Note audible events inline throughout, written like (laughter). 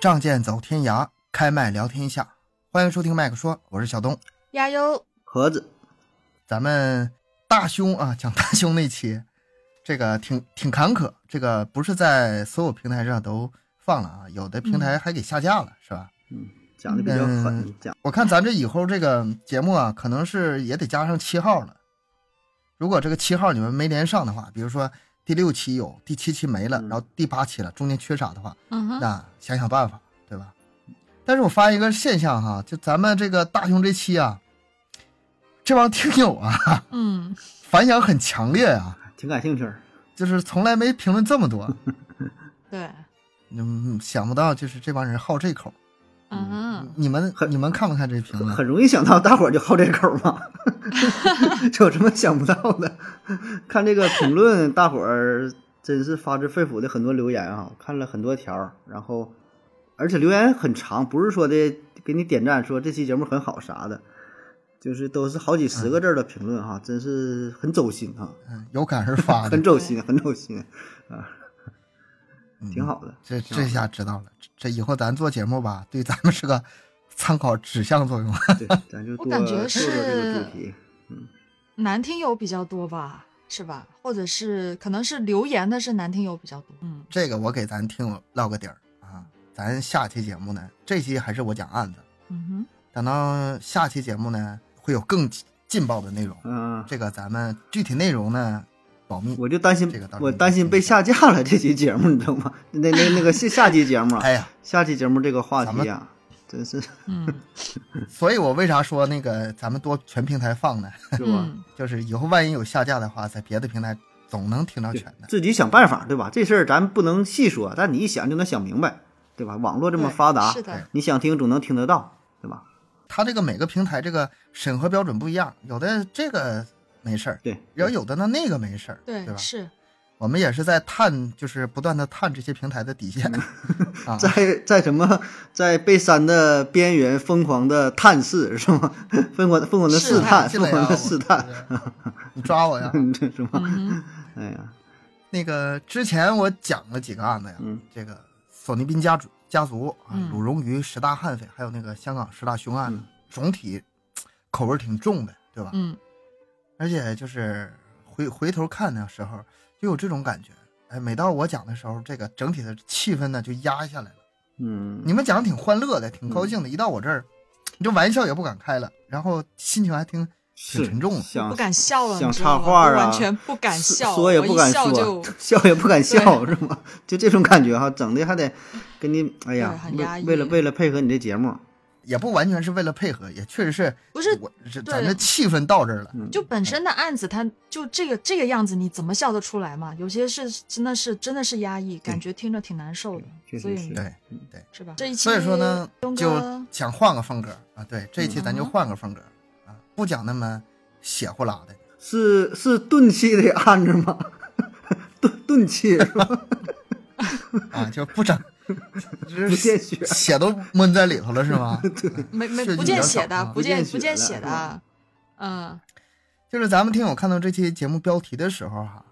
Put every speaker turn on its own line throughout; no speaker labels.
仗剑走天涯，开麦聊天下。欢迎收听麦克说，我是小东。
加油！
盒子，
咱们大胸啊，讲大胸那期，这个挺挺坎坷，这个不是在所有平台上都放了啊，有的平台还给下架了，是吧？
嗯，讲的比较狠
嗯，
讲
我看咱这以后这个节目啊，可能是也得加上七号了。如果这个七号你们没连上的话，比如说第六期有，第七期没了，
嗯
然后第八期了，中间缺啥的话，
嗯哼，
那想想办法，对吧？但是我发现一个现象哈，就咱们这个大熊这期啊，这帮听友啊 (laughs)
嗯，
反响很强烈啊，
挺感兴趣儿。
就是从来没评论这么多， (laughs)
对，
嗯，想不到就是这帮人好这口。
嗯哼，
你们
很
你们看不看这评论？
很容易想到大伙儿就好这口
(laughs)
嘛， (laughs) 这有什么想不到的？看这个评论，大伙儿真是发自肺腑的很多留言啊，我看了很多条儿，然后而且留言很长，不是说的给你点赞说这期节目很好啥的，就是都是好几
嗯
十个字儿的评论哈、真是很走心啊，
嗯，有感而
啊
发的
很，走心，很走心，挺好的。
嗯这这下知道了，这这以后咱做节目吧，对咱们是个参考指向作用。 (laughs)
对，咱就多
我感觉
做做这个
是
主题。
男听友比较多吧，是吧？或者是可能是留言的是男听友比较多。嗯，
这个我给咱听友落个底儿啊，咱下期节目呢，这期还是我讲案子，
(laughs)
嗯
等到下期节目呢，会有更劲爆的内容。
嗯，
这个咱们具体内容呢，保密。
我就担心
这个倒，是
我担心被下架了这期节目，你知道吗？ (laughs) 那那那个下下期节目啊，
哎呀，
下期节目这个话题呀、真
(laughs)
是
哼，嗯，
所以我为啥说那个咱们多全平台放呢？
是吧？
嗯，
就是以后万一有下架的话，在别的平台总能听到全的。
自己想办法，对吧？这事儿咱不能细说，但你一想就能想明白，对吧？网络这么
对
发达
是，的，
你想听总能听得到，对吧？
它这个每个平台这个审核标准不一样，有的这个没事儿，
对，
然后有的呢那个没事儿，对
对，
吧？ (laughs)
是，
我们也是在探，就是不断的探这些平台的底线啊。
嗯在在什么在被删的边缘疯狂的探视，是吗？ (laughs) 疯狂疯狂的试
试
探，
探
进
疯
来呀！啊
狂的
我
试探，， (laughs)
你抓我呀！
这 (laughs) 是吗？
嗯哼，
哎呀，
那个之前我讲了几个案子呀，
嗯
这个索尼宾家族家族啊，
嗯
鲁荣于十大悍匪，还有那个香港十大凶案，
嗯
总体口味挺重的，对吧？
嗯，
而且就是回回头看的时候，就有这种感觉。哎，每到我讲的时候，这个整体的气氛呢就压下来了。
嗯，
你们讲得挺欢乐的，挺高兴的，一到我这儿，你这玩笑也不敢开了，然后心情还挺挺
是
沉重的。
想
不敢笑了，
啊想
你知道
插
吗
话
我
啊
完全不敢
说
笑，
说也不
我
敢
一笑
说啊
就，
(laughs) 笑也不敢笑，是吗？就这种感觉哈，整的还得跟你，哎呀
对，很压
为
抑
为了为了配合你这节目，
也不完全是为了配合，也确实是
不是
我这
对
咱这气氛到这儿了，
嗯
就本身的案子，它就这个这个样子，你怎么笑得出来嘛？有些是真的是真的是压抑，感觉听着挺难受
确
的，所
实
以
是。
对。
是吧？这一期
所以说呢
东，
就
哥，
想换个风格啊。对，这一期咱就
嗯
换个风格啊，不讲那么血呼啦的。
是是钝器的案子吗？钝钝器是吧？
(laughs)
啊，就不整，不
不见血
血都闷在里头了是吗？ (laughs) 啊
没没
是
不
你
见
要
血
找
的
啊，
不见
不
不见
见血
血
的
的，嗯
就是咱们听友看到这期节目标题的时候哈、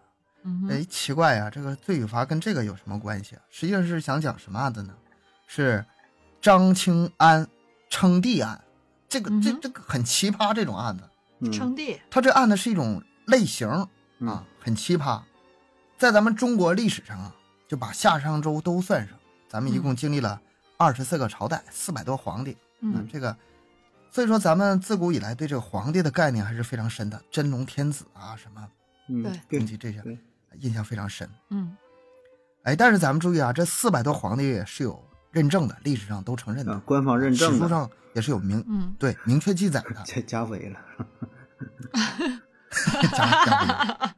嗯哼
哎，奇怪呀、这个罪与罚跟这个有什么关系啊？实际上是想讲什么案子呢？是张清安称帝案，这个这
嗯哼
这个很奇葩这种案子，
嗯
称帝，
它这案子是一种类型，啊，，很奇葩，在咱们中国历史上啊，就把夏商周都算上，咱们一共经历了二十四个朝代，四百多皇帝。
嗯
这个，所以说咱们自古以来对这个皇帝的概念还是非常深的，真龙天子啊，什么
嗯
对
对
东西这些
对，
印象非常深。
嗯
哎，但是咱们注意啊，这四百多皇帝是有认证的，历史上都承认的，
啊，官方认
史
证
书
的，
上也是有明、
嗯，
对明确记载的。
加加肥了，
(laughs) 讲讲明白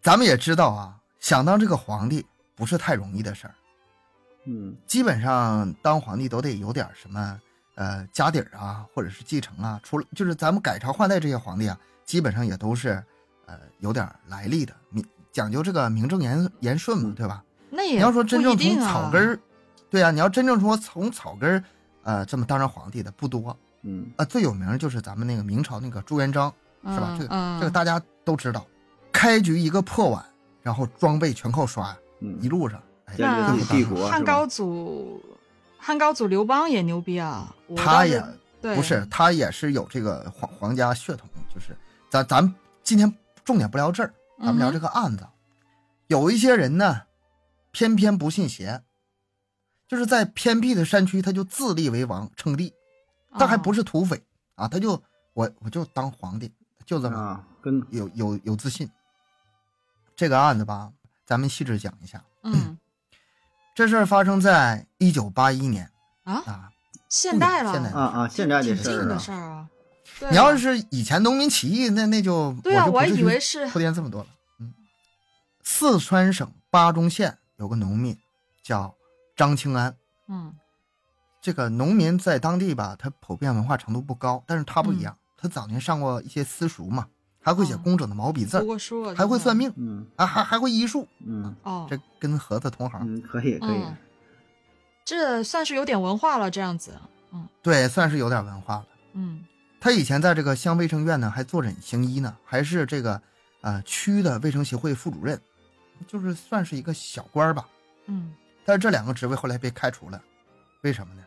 咱们也知道啊，想当这个皇帝不是太容易的事儿。
嗯
基本上当皇帝都得有点儿什么呃家底儿啊，或者是继承啊。除了就是咱们改朝换代这些皇帝啊，基本上也都是呃有点儿来历的，明讲究这个名正言言顺嘛，对吧？
那也
你要说真
不一
正从
定啊
草根儿，对啊呀、你要真正说从草根儿呃这么当上皇帝的不多啊、
嗯，
呃最有名儿就是咱们那个明朝那个朱元璋，是吧？
嗯
这个、
嗯
这个大家都知道，开局一个破碗，然后装备全靠刷，
嗯
一路上哎
建立
那
自己帝国，
汉
是吧
高祖汉高祖刘邦也牛逼啊，我倒
他
是
也
对
不是，他也是有这个皇皇家血统，就是咱咱今天重点不聊这儿，咱们
嗯
聊这个案子。有一些人呢，偏偏不信邪，就是在偏僻的山区，他就自立为王称帝，他还不
是
是土匪啊，他就我我就当皇帝，就这么
啊，跟
有有有自信。这个案子吧，咱们细致讲一下。
嗯
这事儿发生在一九八一年
啊，
啊，
现代了，
现代
啊啊，现在
挺
的
近
事儿
的
啊
事，儿啊。对
你要
啊
是以前农民起义，那那就
对啊，
就不
我还
至
以
于
为是
铺垫这么多了。嗯，四川省巴中县有个农民叫张清安，
嗯
这个农民在当地吧，他普遍文化程度不高，但是他
嗯
不一样，他早年上过一些私塾嘛，还会写
哦
工整的毛笔字
读
儿，
过书了，
还会
真的
算命，
嗯
啊，还还会医术，
嗯
哦，
这跟盒子同行。
嗯，可以可以，
嗯这算是有点文化了，这样子，嗯
对，算是有点文化了。
嗯
他以前在这个乡卫生院呢，还坐诊行医呢，还是这个呃区的卫生协会副主任，就是算是一个小官儿吧。
嗯
但是这两个职位后来被开除了，为什么呢？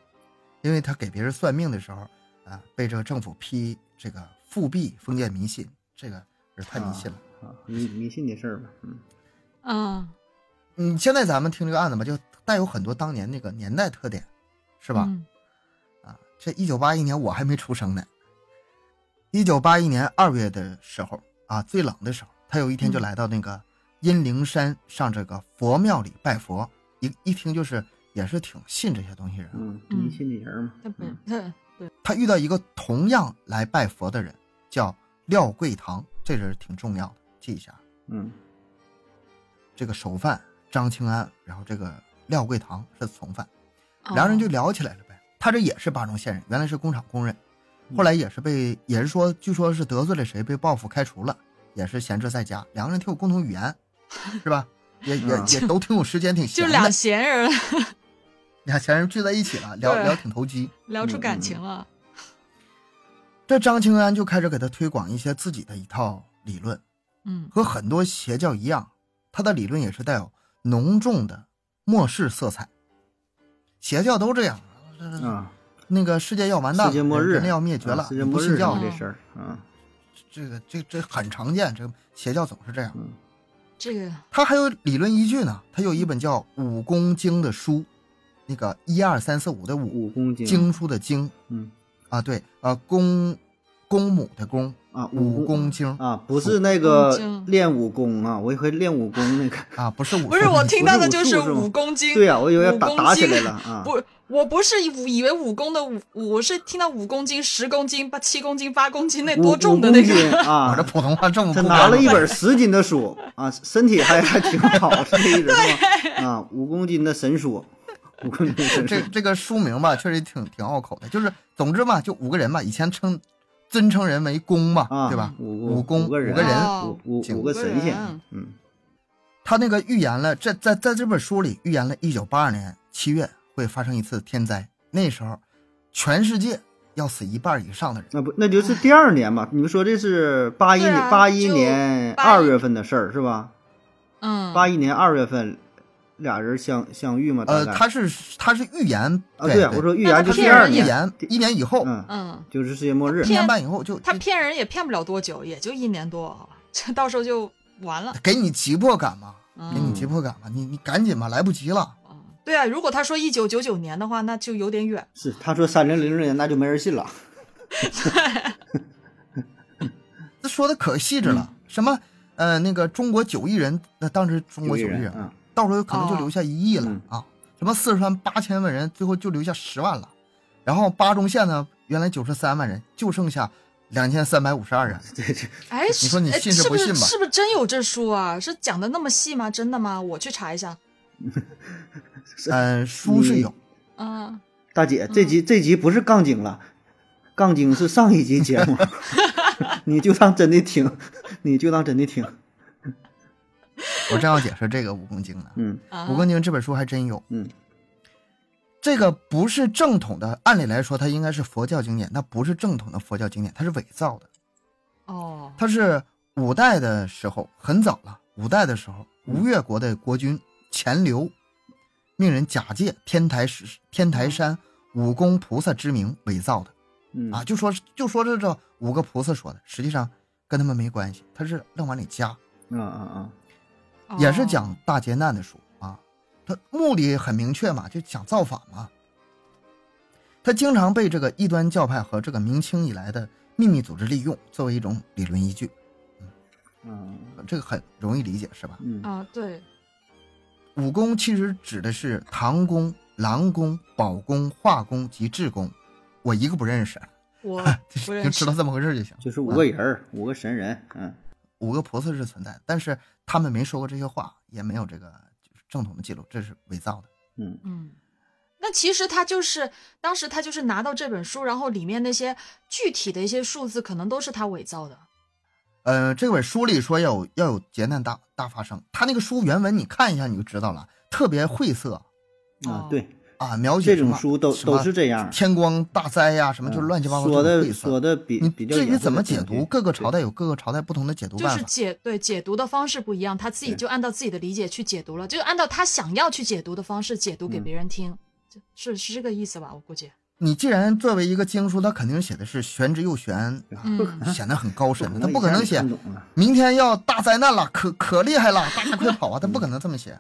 因为他给别人算命的时候啊，被这个政府批这个复辟封建迷信，这个是太迷信了。
啊，迷迷信的事儿吧，嗯
嗯，
嗯，现在咱们听这个案子吧，就带有很多当年那个年代特点，是
是
吧？
嗯
啊，这一九八一年我还没出生呢。一九八一年二月的时候啊，最冷的时候，他有一天就
嗯
来到那个阴灵山上这个佛庙里拜佛，一一听就是也是挺信这些东西人啊。
嗯，
嗯
迷信的人嘛
那，不
嗯
那
他遇到一个同样来拜佛的人，叫廖桂堂，这人挺重要的，记一下。
嗯
这个首犯张清安，然后这个廖桂堂是从犯，
哦
两人就聊起来了呗。他这也是巴中县人，原来是工厂工人，
嗯
后来也是被，也是说，据说是得罪了谁，被报复开除了，也是闲置在家。两个人挺有共同语
(laughs)
言，是吧？也也
嗯
也都挺有时间，挺闲
就 (laughs)
的。 (laughs)
两闲人
俩闲人聚在一起了，聊
对
聊挺投机。
聊出感情
嗯
了，
这张清安就开始给他推广一些自己的一套理论。
嗯
和很多邪教一样，它的理论也是带有浓重的末世色彩。邪教都这样，
啊，
那个世界要完蛋了，
世界末日
人类要灭绝了，
啊世界
你不
末
信
日
教
啊
了
这事儿啊，
这个这这很常见，这个邪教总是这样。
嗯
这个
它还有理论依据呢，它有一本叫《武功经》的书，那个一二三四五的五，
五公斤，
经书的经
嗯
啊，对，呃，公公母的公，
啊，
武
功
功经
啊，不是那个
武功
练武功啊，我以为练武功那个，
啊，不是武功，
不是我听到的
不
就是是
武术是吗
五公斤，
对呀，啊我以为
武
打
功
打起
经
来了啊，
不，我不是以以为武功的武，我是听到五公斤、十公斤、八七公斤、八公斤那
武
多重的那
武功经
个，
我这
啊。
普通话这么
他
不
拿
标
了
准
一本十斤的书啊，身体还还挺好，是这意思是吗？啊，五公斤的神书，五公斤的神书
这这个书名吧，确实挺挺拗口的。就是总之嘛，就五个人嘛，以前称尊称人为公嘛，
啊，
对吧？
五
武功
五个人，
五
啊
个人
哦
五五
请
五个
五个
神仙
人，
嗯
他那个预言了，这在在这本书里预言了一九八二年七月会发生一次天灾，那时候全世界要死一半以上的人。
那不那就是第二年嘛？你们说这是八一
对
年
啊
八一
就
年
八
二
一
月份的事儿是吧？
嗯，
八一年二月份，俩人相相遇嘛？
呃，
嗯大概
他是他是预言
啊，
对
对，我说预
那
言
他
就
他是
是第
骗
二
预
人
年，
言一年以后，
嗯，
嗯，
就是世界末日
一。年半以后就
他
就
骗人也骗不了多久，也就一年多，这到时候就完了。
给你急迫感嘛，给你
嗯，
急迫感嘛，你你赶紧吧，来不及了。
嗯对啊，如果他说一九九九年的话，那就有点远。
是他说三零零零年那就没人信了。
这说的可细致了，
嗯
什么呃那个中国九亿人，那当时中国九亿
有一
人
人，，嗯，
到时候有可能就留下一亿了、
哦
啊！什么四川八千万人，最后就留下十万了。然后巴中县呢，原来九十三万人，就剩下两千三百五十二
(laughs)
人。
对对，
哎，
你说你
哎
信是
是
不
不
信
是
吧
是不是真有这书啊？是讲的那么细吗？真的吗？我去查一下。
嗯、书是
(laughs)
有，
嗯，
大姐，这集这集不是杠精了，杠精是上一集节
(laughs)
目，你就当真的听， (laughs) 你就当真的听，
我正要解释这个《武功经》呢，
嗯
啊
《武功经》这本书还真有。
嗯
这个不是正统的，按理来说它应该是佛教经典，那不是正统的佛教经典，它是伪造的。
哦，
它是五代的时候，很早了。五代的时候，吴越国的国君钱镠命人假借天台石天台山五宫菩萨之名伪造的
嗯
啊，就说就说这这五个菩萨说的，实际上跟他们没关系，他是愣往里加，
啊啊啊，
也是
哦
讲大劫难的书啊。他目的很明确嘛，就想造反嘛。他经常被这个异端教派和这个明清以来的秘密组织利用，作为一种理论依据，
嗯
这个很容易理解，是吧？
嗯
啊，对，
武功其实指的是唐宫、郎宫、宝宫、化宫及智宫，我一个不认识，啊 (laughs)
我不
就
认
知
识
道。这么回事就行。
就是五个人儿，五个神人，嗯
五个菩萨是存在的，但是他们没说过这些话，也没有这个就是正统的记录，这是伪造的。
嗯
嗯，那其实他就是当时他就是拿到这本书，然后里面那些具体的一些数字可能都是他伪造的。
呃，这本书里说要有要有劫难大大发生，他那个书原文你看一下你就知道了，特别晦涩
啊
哦，
对，
啊，描写
这
什
种
么
书都
什
都
么
是这样，
天光大灾呀、什么
嗯
就是乱七八糟
说
这种
的
晦
说
涩。
的比
你
比较
至
严
于
肃
怎么
的
解
东西
读，各个朝代有各个朝代不同的解读
就
办
是
法。
解对解读的方式不一样，他自己
对
就按照自己的理解去解读了，就按照他想要去解读的方式解读给
嗯
别人听，这是是这个意思吧？我估计。
你既然作为一个经书，它肯定写的是玄之又玄，啊
嗯
显得很高深的，它
能
不
一
可
下
能
就
写
看懂了
明天要大灾难了，可可厉害了，大家快跑啊！它不可能这么写，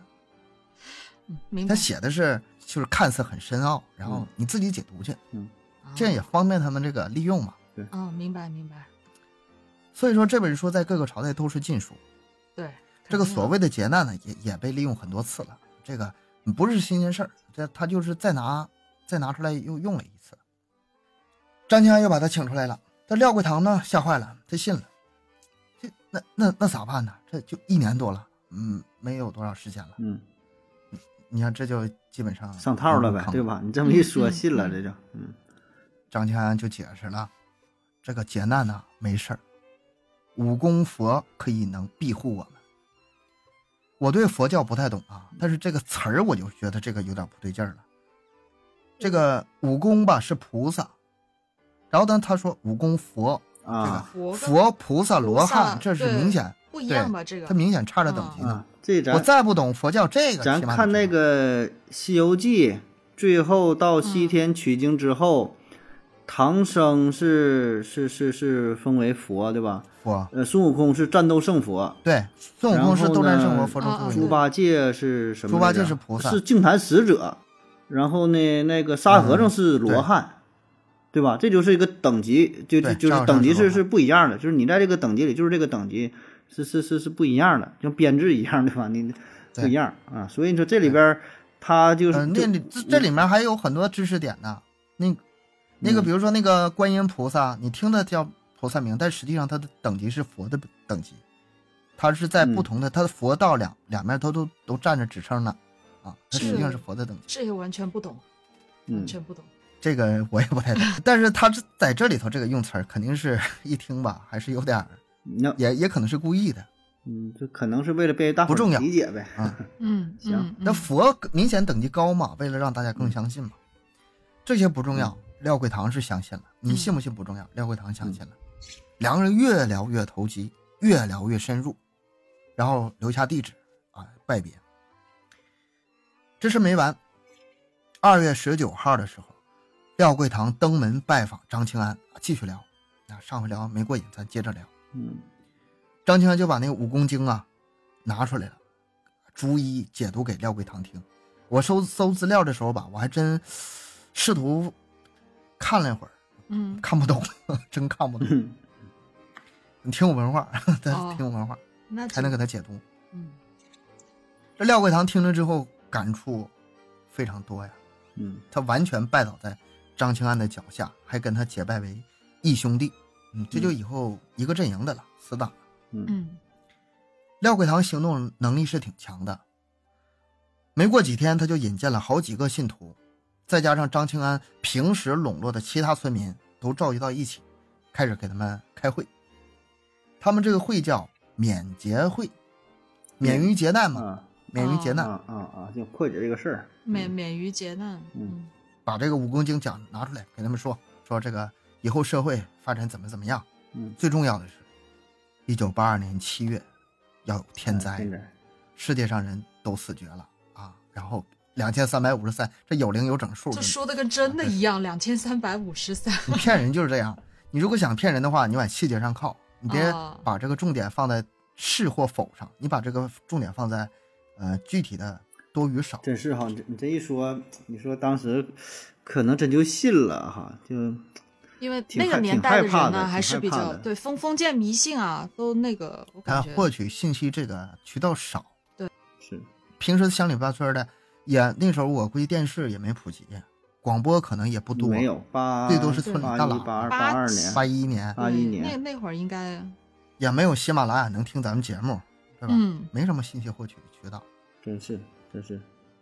嗯，明白
它。写的是就是看似很深奥，然
嗯
后你自己解读去，
啊
这样也方便他们这个利用嘛。
嗯，明白明白。
所以说这本书在各个朝代都是禁书，
对，
这个
肯定
所
的
谓的劫难呢，也也被利用很多次了，这个不是新鲜事儿，这他就是再拿再拿出来又用了一次。张家又把他请出来了，这廖桂堂呢吓坏了，他信了，这那那那咋办呢？这就一年多了，嗯，没有多少时间了，
嗯，
你看这就基本上嗯
上套了呗，对？吧？你这么一说，
嗯
信了
嗯
这就，嗯
张家安就解释了，这个劫难呢没事儿，武功佛可以能庇护我们。我对佛教不太懂啊，但是这个词儿我就觉得这个有点不对劲儿了。这个武功吧是菩萨，然后呢他说武功佛，
啊
佛跟
佛菩萨罗
菩萨
汉，这是明显
不一样吧？这个
他明显差着等级呢
啊。，这
我
咱
再不懂佛教这个，
咱
起码
看
得
那
知道
个《西游记》，最后到西天取经之后，唐僧是是是是封为佛，对吧？
佛，
呃，孙悟空是战斗圣佛，
对，孙悟空是
然后
斗战胜佛，
呢
佛中
啊
自
对
有
猪
灵。
八戒是什么
猪八
来着？
戒是菩萨
是净坛使者。然后呢，那个沙
嗯
和尚是罗汉，对吧？这就是一个等级，就
对
就就
沙
是
和尚
等级
是罗
是
汉
是不一样的，就是你在这个等级里，就是这个等级是是是是不一样的，像编制一样，对吧？你
对
不一样啊，所以你说这里边儿他就是、
嗯，
就
那里这这里面还有很多知识点呢。那那个，
嗯
比如说那个观音菩萨，你听的叫菩萨名，但实际上它的等级是佛的等级，它是在不
嗯
同的，它的佛道两两面都都都站着支撑呢，啊，它实际上是
是
佛的等级。
这个完全不懂，
嗯
完，全不懂。
这个我也不太懂， (laughs) 但是它这在这里头这个用词儿，肯定是 (laughs) 一听吧，还是有点儿，
那
也也可能是故意的
嗯，这可能是为了便于大伙
不重
儿
要
理解呗。
啊。
嗯，
行
嗯
那佛明显等级高嘛，为了让大家更相信嘛，这些不重要。廖桂堂是相信了，你
嗯
信不信不重要，廖桂堂相信了。两个人越聊越投机，越聊越深入，然后留下地址啊，拜别。这事没完，二月十九号的时候，廖桂堂登门拜访张清安，继续聊。啊，上回聊没过瘾，咱接着聊。
嗯
张清安就把那个武功经啊拿出来了，逐一解读给廖桂堂听。我搜搜资料的时候吧，我还真试图看了一会儿，
嗯
看不懂， (laughs) 真看不懂。
(laughs) 嗯
你挺有文化， (laughs) 对
哦
挺有文化，
嗯，那
才能给
就
他解读。
嗯
这廖桂堂听了之后感触非常多呀，
嗯
他完全拜倒在张清安的脚下，还跟他结拜为义兄弟。嗯，这就以后一个阵营的了，死党。
嗯
嗯
廖桂堂行动能力是挺强的。没过几天，他就引荐了好几个信徒，再加上张清安平时笼络的其他村民，都召集到一起，开始给他们开会。他们这个会叫免劫会，免于劫难嘛，
啊
免于劫
啊
难，
啊啊，就破解这个事儿。
免免于劫难。嗯
把这个武功经讲拿出来给他们说，说这个以后社会发展怎么怎么样。
嗯，
最重要的是，一九八二年嗯七月要有天灾，
现在
世界上人都死绝了啊，然后两千三百五十三，这有零有整数，
嗯
就说的跟真的
哎
一嗯样，两千三百五十三。
你骗人就是这样。你如果想骗人的话，你往细节上靠，你别
哦
把这个重点放在是或否上，你把这个重点放在呃具体的多与少。
真是哈，你这你这一说，你说当时可能真就信了哈，就
因为
挺
那个
害
年
挺
代
害
的人
怕的
呢，还
挺
是
害
比
怕
较
的
对封封建迷信啊，都那个，我
他
感觉
获取信息这个渠道少，
是
平时乡里八村的也那时候我估计电视也没普及，广播可能也不多，
没有八，
最多是村里
八
大
一
喇
八二
叭
八二年，
八一年
81
对
年
那那会儿应该，
也没有喜马拉雅能听咱们节目，对吧？
嗯，
没什么信息获取渠道。
真是真是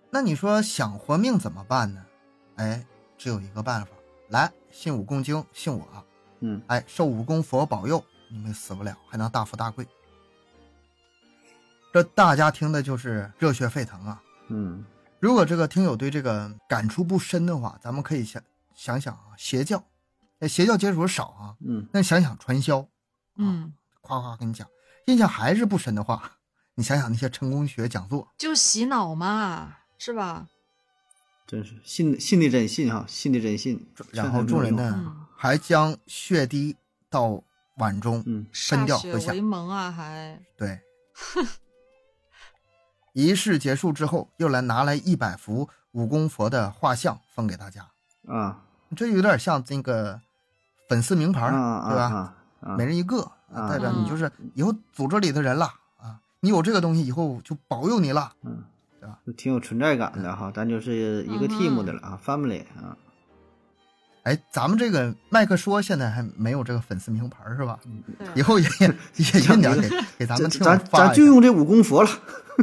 那你说想活命怎么办呢？哎，只有一个办法，来信武功经，信我，
嗯，
哎，受武功佛保佑，你们死不了，还能大富大贵。这大家听的就是热血沸腾啊！
嗯
如果这个听友对这个感触不深的话，咱们可以想想想啊，邪教，哎，邪教接触少啊，
嗯
那想想传销，
啊
嗯，
夸夸跟你讲，印象还是不深的话，你想想那些成功学讲座，
就洗脑嘛，是吧？
真是信信的真信哈，信的真信，
然后众人呢
嗯
还将血滴到碗中
嗯
分
歃
掉
血
喝下
为，盟啊，还
对。仪式结束之后，又来拿来一百幅武功佛的画像分给大家，
啊
这有点像那个粉丝名牌
啊
儿，
啊
对吧？
啊啊
每人一个，
啊
代表你
嗯
就是以后组织里的人了啊！你有这个东西以后就保佑你了。
嗯
对吧，
就挺有存在感的哈，咱就是一个
嗯哼
team 的了啊，family 啊，
哎，咱们这个麦克说现在还没有这个粉丝名牌儿是吧？以
对，
后也也也印点儿
(laughs)
给给咱们
咱
听友
咱
发
咱
一下
就嗯用这武功佛了， (laughs)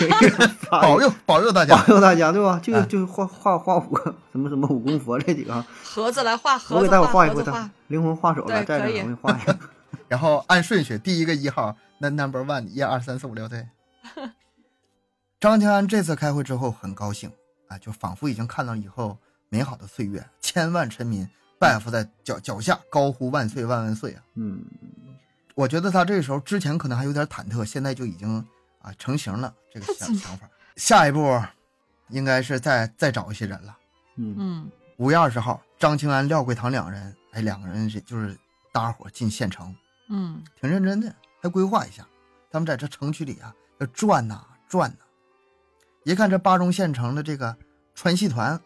给人发一个
保佑保佑大家
保。佑大家对吧？就
哎
就画画画五个什么什么武功佛这几个啊，
盒子来画
我
盒
给
子
大伙画
画
一
盒
个
子画
大，灵魂画手来，
对
在这
可
儿
以
我给你画
(laughs)
一个，
然后按顺序，第一个一号，那 number one，一二三四五六，对。 (laughs) 张江安这次开会之后很高兴啊，就仿佛已经看到以后美好的岁月，千万臣民拜伏在脚脚下，高呼万岁万万岁啊！
嗯
我觉得他这时候之前可能还有点忐忑，现在就已经啊成型了这个
他
想
怎么
想法。下一步应该是再再找一些人了。
嗯
嗯，
五月二十号，张清安、廖桂堂两人，哎，两个人是就是搭伙进县城，
嗯，
挺认真的，还规划一下。他们在这城区里啊，要转呐、转呐、一看这巴中县城的这个川戏团，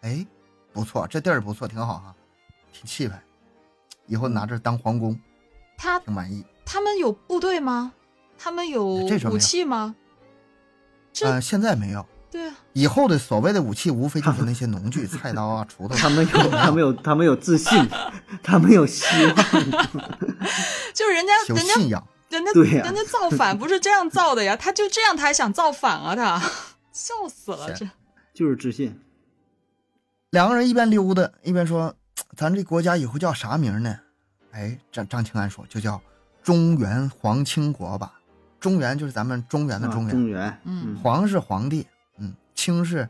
哎，不错，这地儿不错，挺好哈，挺气派。以后拿这当皇宫，
他
挺满意。
他们有部队吗？他们有
哎
这时候没有
武器吗？这
嗯
呃，现在没有，
对啊， (laughs)
以后的所谓的武器，无非就是那些农
(laughs)
具、菜刀啊、锄头啊。
他们有，他们有，他们有自信，
(laughs)
他们有希望。
就是人家
有
人家
信仰，
人家
对呀
人家造反不是这样造的呀，他就这样，他还想造反啊？他 (laughs) 笑死了，
是
这
就是
(laughs)
自信。
两个人一边溜达一边说：“咱这国家以后叫啥名儿呢？”哎，张张清安说：“就叫中原皇清国吧。中原就是咱们中原的
啊
中原，
中原，
嗯
皇是皇帝，嗯，清是，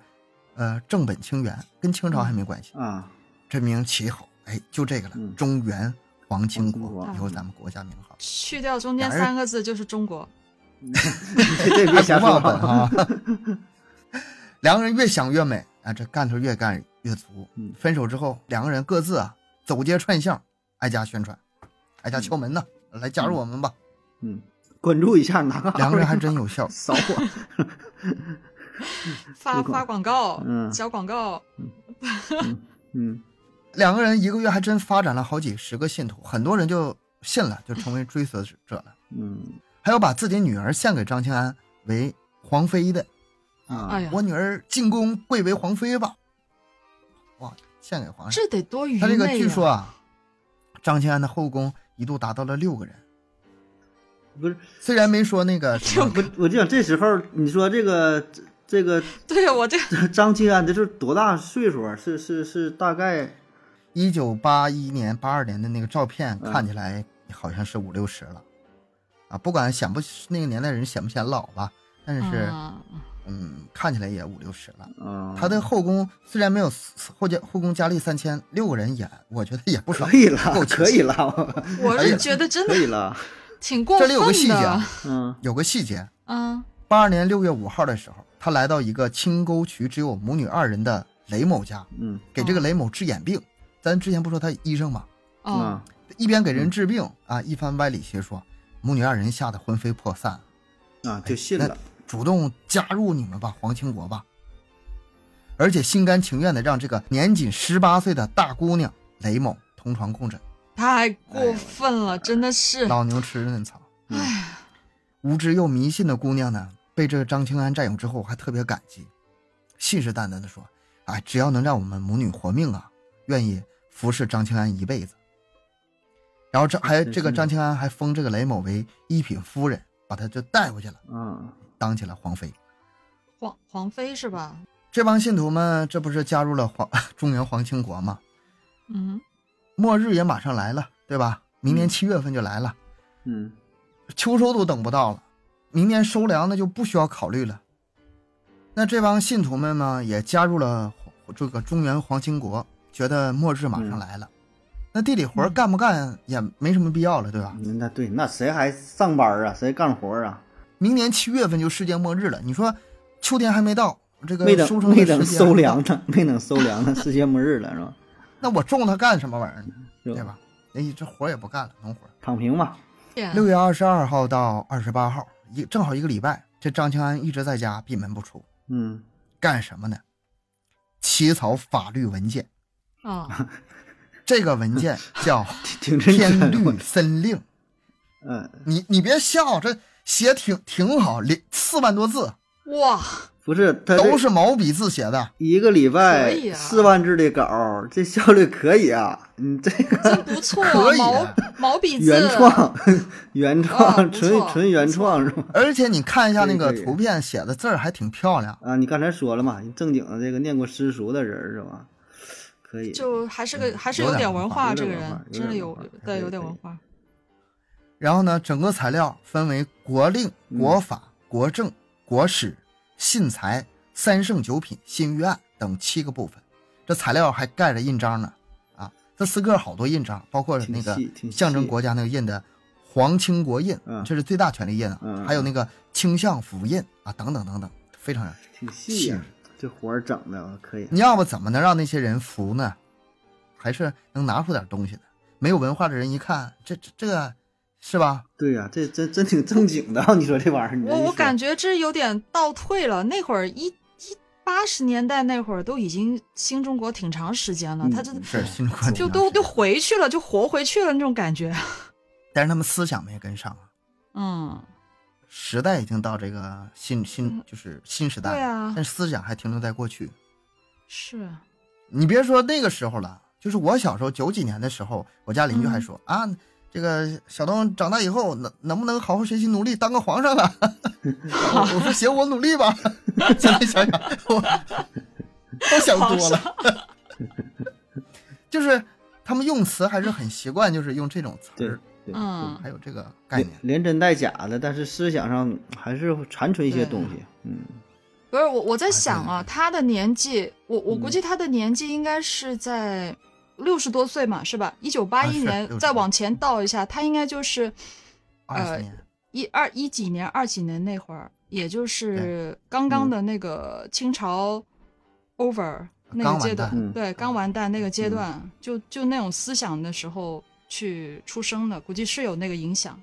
呃，正本清源，跟清朝还没关系。
啊， (laughs)
这名起好，哎，就这个了，
嗯
中原皇清
皇清
国，
国
以后咱们国家名号。”
去掉中间
俩人
三个字就是中国。
这别瞎
不
说
忘本
啊。
啊！ (laughs) 两个人越想越美啊，这干头越干越足
嗯。
分手之后，两个人各自啊走街串巷，挨家宣传，挨家敲门呐，来加入我们吧。
嗯，关注一下，拿个，
两个人还真有效
扫我。
发
推广
发广告，
(laughs)
嗯
小广告，
嗯
两个人一个月还真发展了好几十个信徒，很多人就信了，就成为追随者了。
嗯
还有把自己女儿献给张庆安为皇妃的，
啊
哎，呀，
我女儿进宫贵为皇妃吧。哇，献给皇上。
这得多愚
他这个
昧
据
呀
说啊，张清安的后宫一度达到了六个人，
不是，
虽然没说那个什么，
我我就想这时候你说这个这个
对我这
张清安这是多大岁数啊？是是是，大概
一九八一年、八二年的那个照片
嗯
看起来好像是五六十了，啊，不管显不那个年代人显不显老吧，但是
嗯
嗯，看起来也五六十了。
啊，
他的后宫虽然没有后家后宫佳丽三千，六个人也我觉得也不少
可。以了
够，
可以了，
我
哎呀
是觉得真
(laughs) 可
的
以了。
挺过
这
分
里
的。
有个细节啊，
嗯
有个细节，
嗯
八二年六月五号的时候，他来到一个清沟渠只有母女二人的雷某家，
嗯
给这个雷某治眼病。咱之前不说他医生吗？
哦，
啊
一边给人治病啊，一番歪理邪说，母女二人吓得魂飞魄散，哎
啊，就信了，
主动加入你们吧，皇亲国吧。而且心甘情愿的让这个年仅十八岁的大姑娘雷某同床共枕，
太过分了，真的是，
哎 (laughs) 老牛吃嫩草。
嗯
无知又迷信的姑娘呢，被这个张清安占有之后，还特别感激，信誓旦旦地说：“哎，只要能让我们母女活命啊，愿意服侍张清安一辈子。”然后这还这个张清安还封这个雷某为一品夫人，把她就带回去了，
啊，
当起了皇妃。
皇皇妃是吧？
这帮信徒们，这不是加入了皇 (laughs) 中原皇亲国吗？
嗯，
末日也马上来了，对吧？明年七月份就来了，
嗯
秋收都等不到了，明年收粮那就不需要考虑了。那这帮信徒们呢，也加入了这个中原皇亲国，觉得末日马
嗯
上来了，那地里活干不干也没什么必要了，对吧？
嗯，那对，那谁还上班啊？谁干活啊？
明年七月份就世界末日了，你说秋天还没到，这个
没
收
等
成
没
的
等
时间还
收
没到
粮呢， (laughs) 没等收粮呢，世界末日了是吧？
那我种它干什么玩意儿呢？
就
对吧？哎，这活儿也不干了，农活儿。
躺平吧，
天
六月二十二号到二十八号，一正好一个礼拜，这张清安一直在家闭门不出，
嗯，
干什么呢？起草法律文件，
啊，
这个文件叫
挺
《
认
天
真
律
的，
森令》。
嗯，
你你别笑，这写挺挺好，连四万多字，
哇，
不是他这
都是毛笔字写的。
一个礼拜
可以啊
四万字的稿儿，这效率可以啊！你这个
真不错，
可以
毛
啊
毛笔字，
原创， (laughs) 原创，
哦不
纯
错
纯原创是吧？
而且你看一下那个
可以可以
图片，写的字儿还挺漂亮。
啊，你刚才说了嘛，你正经的这个念过私塾的人儿是吧？可以，
就还是个还是
有
有
点
点
文
文
化
化，
嗯有
这
点
个
文化
人
有
真的
点
有
文化
对
可以
有点
可以
文化，
然后呢，整个材料分为国令、
嗯
国法、国政、国史、信材、三圣九品、新御案等七个部分。这材料还盖着印章呢，啊，这四个好多印章，包括那个
挺细挺细
象征国家那个印的皇亲国印
嗯，
这是最大权力印啊
嗯嗯，嗯
还有那个倾向府印啊，等等等等，非常。
挺细呀、这活儿整的啊可以。
你要不怎么能让那些人服呢？还是能拿出点东西的。没有文化的人一看，这这这个是吧？
对呀、这真真挺正经的 (laughs) 啊、你说这玩意儿，你这
我
一
我
说
感觉这有点倒退了。那会儿一一八十年代那会儿都已经新中国挺长时间了，
嗯
他这
是新中国
就
挺
都
强
都回去了，就活回去了那种感觉。 (laughs)
但是他们思想没跟上啊。
嗯，
时代已经到这个新新就是新时代了，
对啊
但是思想还停留在过去。
是
你别说那个时候了，就是我小时候九几年的时候，我家邻居还
嗯
说、啊，这个小东长大以后能能不能好好学习努力当个皇上啊？ (laughs) 我我说行，我努力吧。 (laughs) 现在想想，我我想多了， (laughs) 就是他们用词还是很习惯，就是用这种词
对
儿，
对，
嗯
还有这个概
连
念。
连真带假的，但是思想上还是残存一些
对
东西。嗯，
不是我我在
对
想啊，
对
他的年纪，我我估
嗯
计他的年纪应该是在六十多岁嘛，是吧？一九八
啊
一
是
年
60
再往
嗯
前倒一下，他应该就是
二十
呃
年，
一二一几年、二几年那会儿，也就是刚
嗯
刚的那个清朝 over 那
刚
个
完
阶段，
蛋嗯
对，刚完蛋那个阶段，就就那种思想的时候去出生的，估计是有那个影响，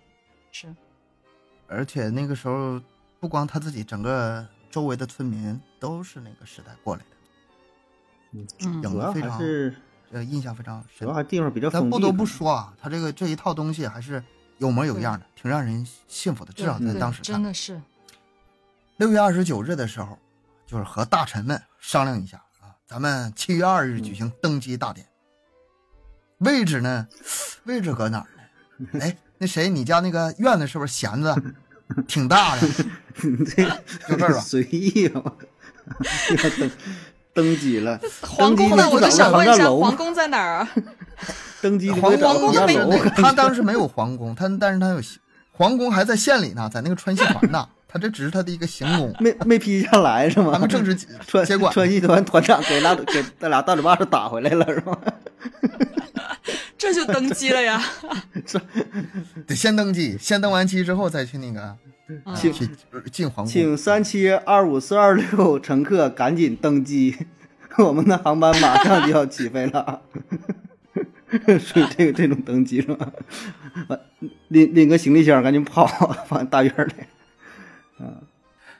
是，
而且那个时候，不光他自己，整个周围的村民都是那个时代过来的，
嗯
有
主要
非常
还是
这印象非常
主
深
要。还地方比较
咱
封闭。
不得不，说啊，他这个这一套东西还是有模有样的，挺让人信服的，至
对
少
嗯
在
对
当时
真
看。
的是，
六月二十九日的时候，就是和大臣们商量一下啊，咱们七月二日举行登基大典。位置呢？位置搁哪儿呢？哎，那谁，你家那个院子是不是闲着？挺大的，
你
(laughs)
这
就这儿吧
(laughs) 随意吧，要登登基了。
皇宫
呢
呢？？我就想问一下，
楼
皇宫在哪儿啊？ (laughs)
登基
皇
找
皇宫
当
都没
时
楼
有
那个
(laughs)
他当时没有皇宫，他但是他有皇宫还在县里呢，在那个川西团呢，他这只是他的一个行
(laughs)
宫，
没没批下来是吗？
咱们政治
川
接管。
川剧团团长给拉给那俩大嘴巴子打回来了是吗？
这
(laughs)
就登基了呀！
得先登记，先登完记之后再去那个
嗯
(laughs) 请
进进皇宫，
请三七二五四二六乘客赶紧登机， (laughs) 我们的航班马上就要起飞了。 (laughs) 是这个这种登机是吧？完拎拎个行李箱赶紧跑，放大院里。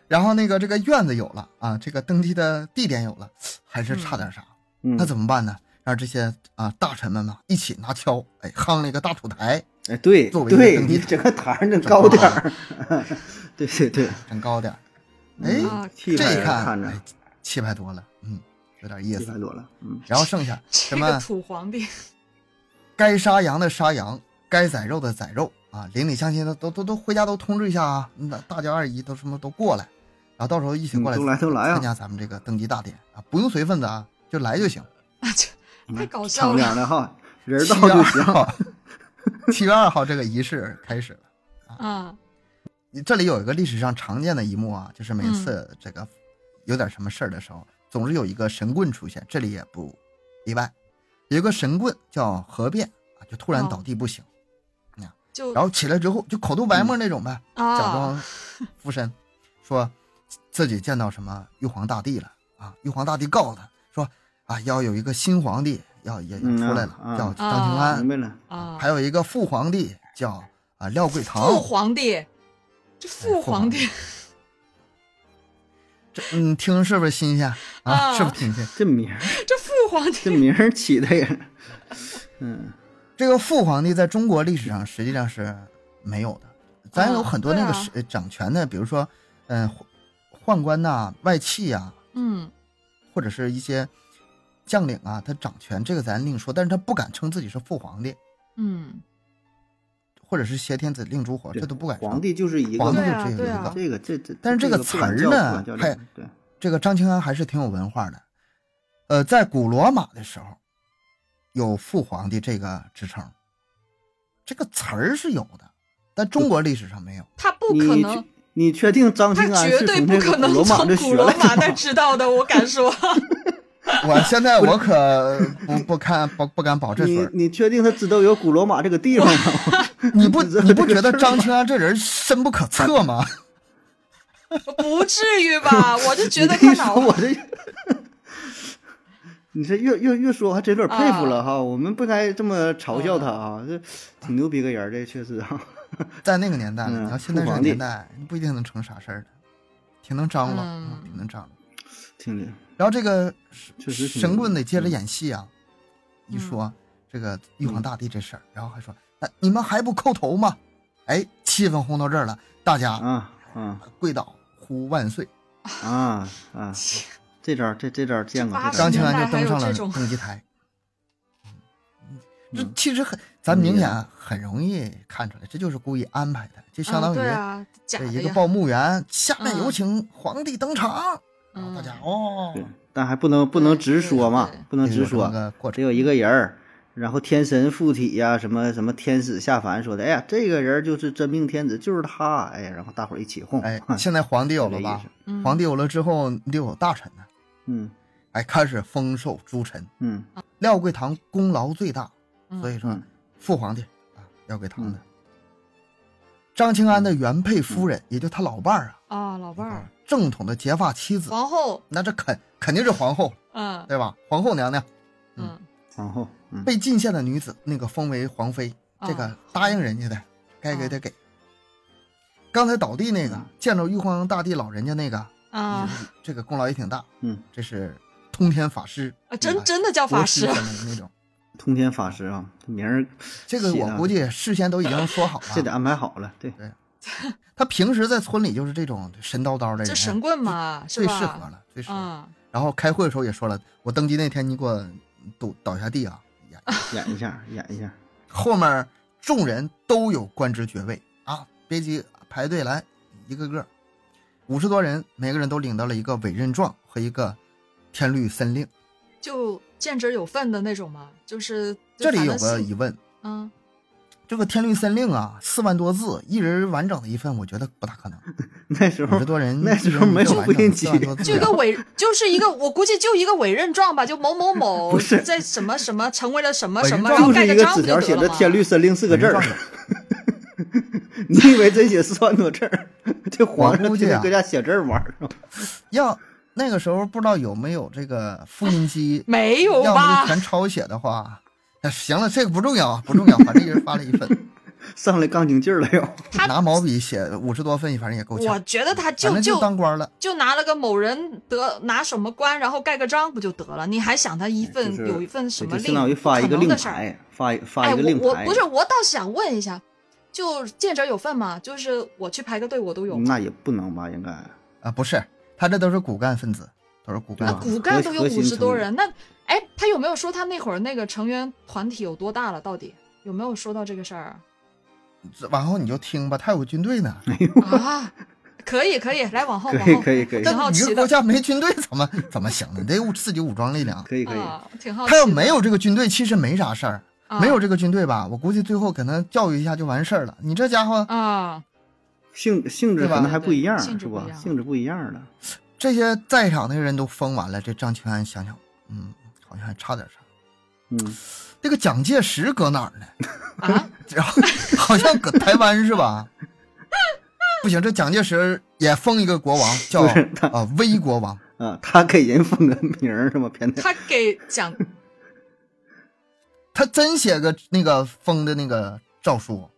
然后那个这个院子有了啊，这个登基的地点有了，还是差点啥，
嗯
那，怎么办呢？让这些啊大臣们嘛一起拿锹，哎，夯了一个大土台，
哎，对
作为一个
对，
登机
你整个台儿整高点儿。 (laughs) 对对对，
整高点儿，哎，
嗯
啊
这
气派
一
人看
看，
着
哎，气派多了，嗯，有点意
气派
思。
多了，嗯，
然后剩下
这
什
个
(laughs)
么啊
土皇帝，
该杀羊的杀羊，该宰肉的宰肉啊，邻里乡亲都都都都回家都通知一下啊，那大舅二姨都什么都过来，然后到时候一起过来
嗯都来都来啊
参加咱们这个登基大典啊，不用随份子啊，就来就行。
啊这太搞笑
敞
了。
亮的哈，人
七
到
月
就
二
行。
号， (laughs) 七月二号这个仪式开始了。
啊，
你这里有一个历史上常见的一幕啊，就是每次这个有点什么事儿的时候，总是有一个神棍出现，这里也不例外。有一个神棍叫何变啊，就突然倒地不醒，
就
然后起来之后就口吐白沫那种呗，假
啊，
装附身， (laughs) 说自己见到什么玉皇大帝了啊！玉皇大帝告诉他说啊，要有一个新皇帝要也要
嗯
出来了，
啊啊
叫张廷
啊
安
明，白了，
啊，
还有一个父皇帝叫啊廖桂堂，
父皇帝，
哎
这父皇帝
(laughs) 这嗯听是不是新鲜啊？
啊
是不是挺新？
这名儿
这父皇帝
这名儿起的也，嗯，
这个父皇帝在中国历史上实际上是没有的，咱有很多那个
对啊
是呃掌权的，比如说嗯宦宦官呐、外戚呀、
嗯
或者是一些将领啊，他掌权这个咱另说，但是他不敢称自己是父皇帝，
嗯，
或者是挟天子令诸侯，这都不敢称。
皇帝就是一
皇
个
帝就只有一
对啊对啊
个。
这个这这，
但是
这
这
个
个
不
词
敢
儿呢
叫不敢叫这
还
个对，
这个张清安还是挺有文化的。呃，在古罗马的时候，有父皇帝这个职称，这个词儿是有的，但中国历史上没有。
他不可
你
能
确，你确定张
他
清
啊
安
绝
是
对
从
不
这个
可
古
能
罗马
从
这
古
学
罗
来
马那
的吗？
知道的，我敢
(laughs)
说，
我现在我可不不看不不敢保这水
你
儿。
你确定他知道有古罗马这个地方吗？
你不
你这
你不觉
这
得
个事儿
张清安这人深不可测吗？
不至于
(laughs)
吧？我就 (laughs) 觉得
你这
他
一
脑
说，我这， (laughs) 你这越越越说，我还真有点佩
啊
服了哈。我们不该这么嘲笑他啊，
嗯
这挺牛逼个人儿，这确实啊。
在那个年代，
嗯
你要现在这
父
个
皇帝
年代，你不一定能成啥事儿的，挺能张罗，
嗯
嗯挺能张罗。
听着，
然后这个神
确实挺
神棍得接着演戏啊，
嗯
一说这
嗯
个玉皇大帝这事儿，然后还说，那你们还不叩头吗？哎，气氛烘到这儿了，大家
啊啊
跪倒呼万岁，
啊
(laughs)
啊！这招儿这这招儿见过，
这八
这招
张
儿
清
见
千
过
安
年
就登上
代嗯还有
了
这种
登基台。这
嗯
其实很，咱明显啊很容易看出来，这就是故意安排的，就相当
啊
于
对啊，假
这
的
一个
呀，
报幕员，下面
嗯
有请皇帝登场，然后大家
嗯
哦，
对，但还不能不能直说嘛
对对，
不能
有
直
这
说
么，个过
只
程，
有一个人儿，然后天神附体呀、什么什么天使下凡说的，哎呀，这个人就是真命天子，就是他，哎呀，然后大伙儿一起哄，
哎，现在皇帝有了
嗯这意
吧
思？
嗯
皇帝有了之后，你得有大臣呢、
(laughs) 嗯
哎，开始封授诸臣。
嗯
啊
廖桂堂功劳最大，
嗯
所以说
嗯
父皇帝啊，廖桂堂的。
嗯
张清安的原配夫人，也就他老伴儿啊，
啊，老伴儿，哦
正统的结发妻子，
皇后，
那这肯肯定是皇后，
嗯
嗯对吧？皇后娘娘
嗯，
皇后，嗯，
被进献的女子，那个封为皇妃，
啊
这个答应人家的，该
哦
给得给。刚才倒地那个
嗯，
见着玉皇大帝老人家那个，
啊
这个功劳也挺大。
嗯，
这是通天法师
啊，真
啊
真的叫
国
法
师
师
什，么的那
(laughs)
种。
通天法师啊，这名儿
这个我估计事先都已经说
(laughs)
好了。
这得安排好了，对，
他平时在村里就是这种神叨叨的人，
这神棍嘛，是
最适合
吧？
了，最适合。
嗯，
然后开会的时候也说了，我登基那天你给我倒倒下地啊！呀
演一 (laughs) 下，演一下，
后面众人都有官职爵位啊，别急，排队来，一个个，五十多人，每个人都领到了一个委任状和一个天律森令。
就见者有份的那种嘛，就是
这里
反
有
正
个
是
疑问，
嗯，
这个天律森令啊，四万多字，一人完整的一份，我觉得不大可能。
(laughs) 那时
五
候
十多人，
那时候没有
复
复
印
印机 (laughs)
就一个委，就是一个，我估计就一个委任状吧，就某某某
(laughs) 不是
在什么什么成为了什么
委
什
任
么，
状
然后
就
盖
是一
个
个
章
纸
不就
条
得
写
了
着“
吗？，
天律森令”四个字儿， (laughs) 你以为真写四万多字儿？ (laughs) 这皇上
我估计
天
啊
天搁家写字儿玩儿是吧？
要那个时候不知道有没有这个复印机
(laughs) 没有
要么就
吧？
全抄写的话，那行了，这个不重要，不重要，反正一人发了一份，
上来杠精劲儿了又。
(laughs) 他
拿毛笔写五十多份，反正也够
我
呛，
觉得他
反
就
正
就
当官了。
就拿了个某人得拿什么官，然后盖个章不就得了？你还想他一份、
嗯就是
有一份什么
就
令
相当于发一
不
个
可能
令
的事儿？
牌，发一发
哎，
一个令
我我
牌。
不是，我倒想问一下，就见者有份嘛，就是我去排个队我都有哦嘛，
嗯那也不能吧？应该
啊，不是，他这都是骨干分子，都是骨干
那
分子。
啊骨干
啊核
都有
核心
五十多
成员
人，那哎，他有没有说他那会儿那个成员团体有多大了？到底有没有说到这个事儿啊
往后你就听吧，他有军队呢，
啊？可以可以，来往后
可
往
以
后，
可以可以
挺好
但你一
奇
个
的
国家没军队怎么 (laughs) 怎么行呢？得有自己武装力量。
可以可以，
啊，挺好奇
他
的。
要没有这个军队，其实没啥事儿。
啊
没有这个军队吧，我估计最后可能教育一下就完事儿了。你这家伙，
啊，
性性质
对吧
可能还不一样，
对对
是吧？性
性
质不一样了。
这些在场的人都疯完了，这张清安想想，嗯，好像还差点啥。
嗯，
这个蒋介石搁哪儿呢？ (laughs)
啊，
然后好像搁台湾是
(laughs)
吧？不行，这蒋介石也封一个国王，叫
不是他
啊威国王。
啊，他给人封个名儿是吗？偏的
他给讲
他真写个那个封的那个诏书，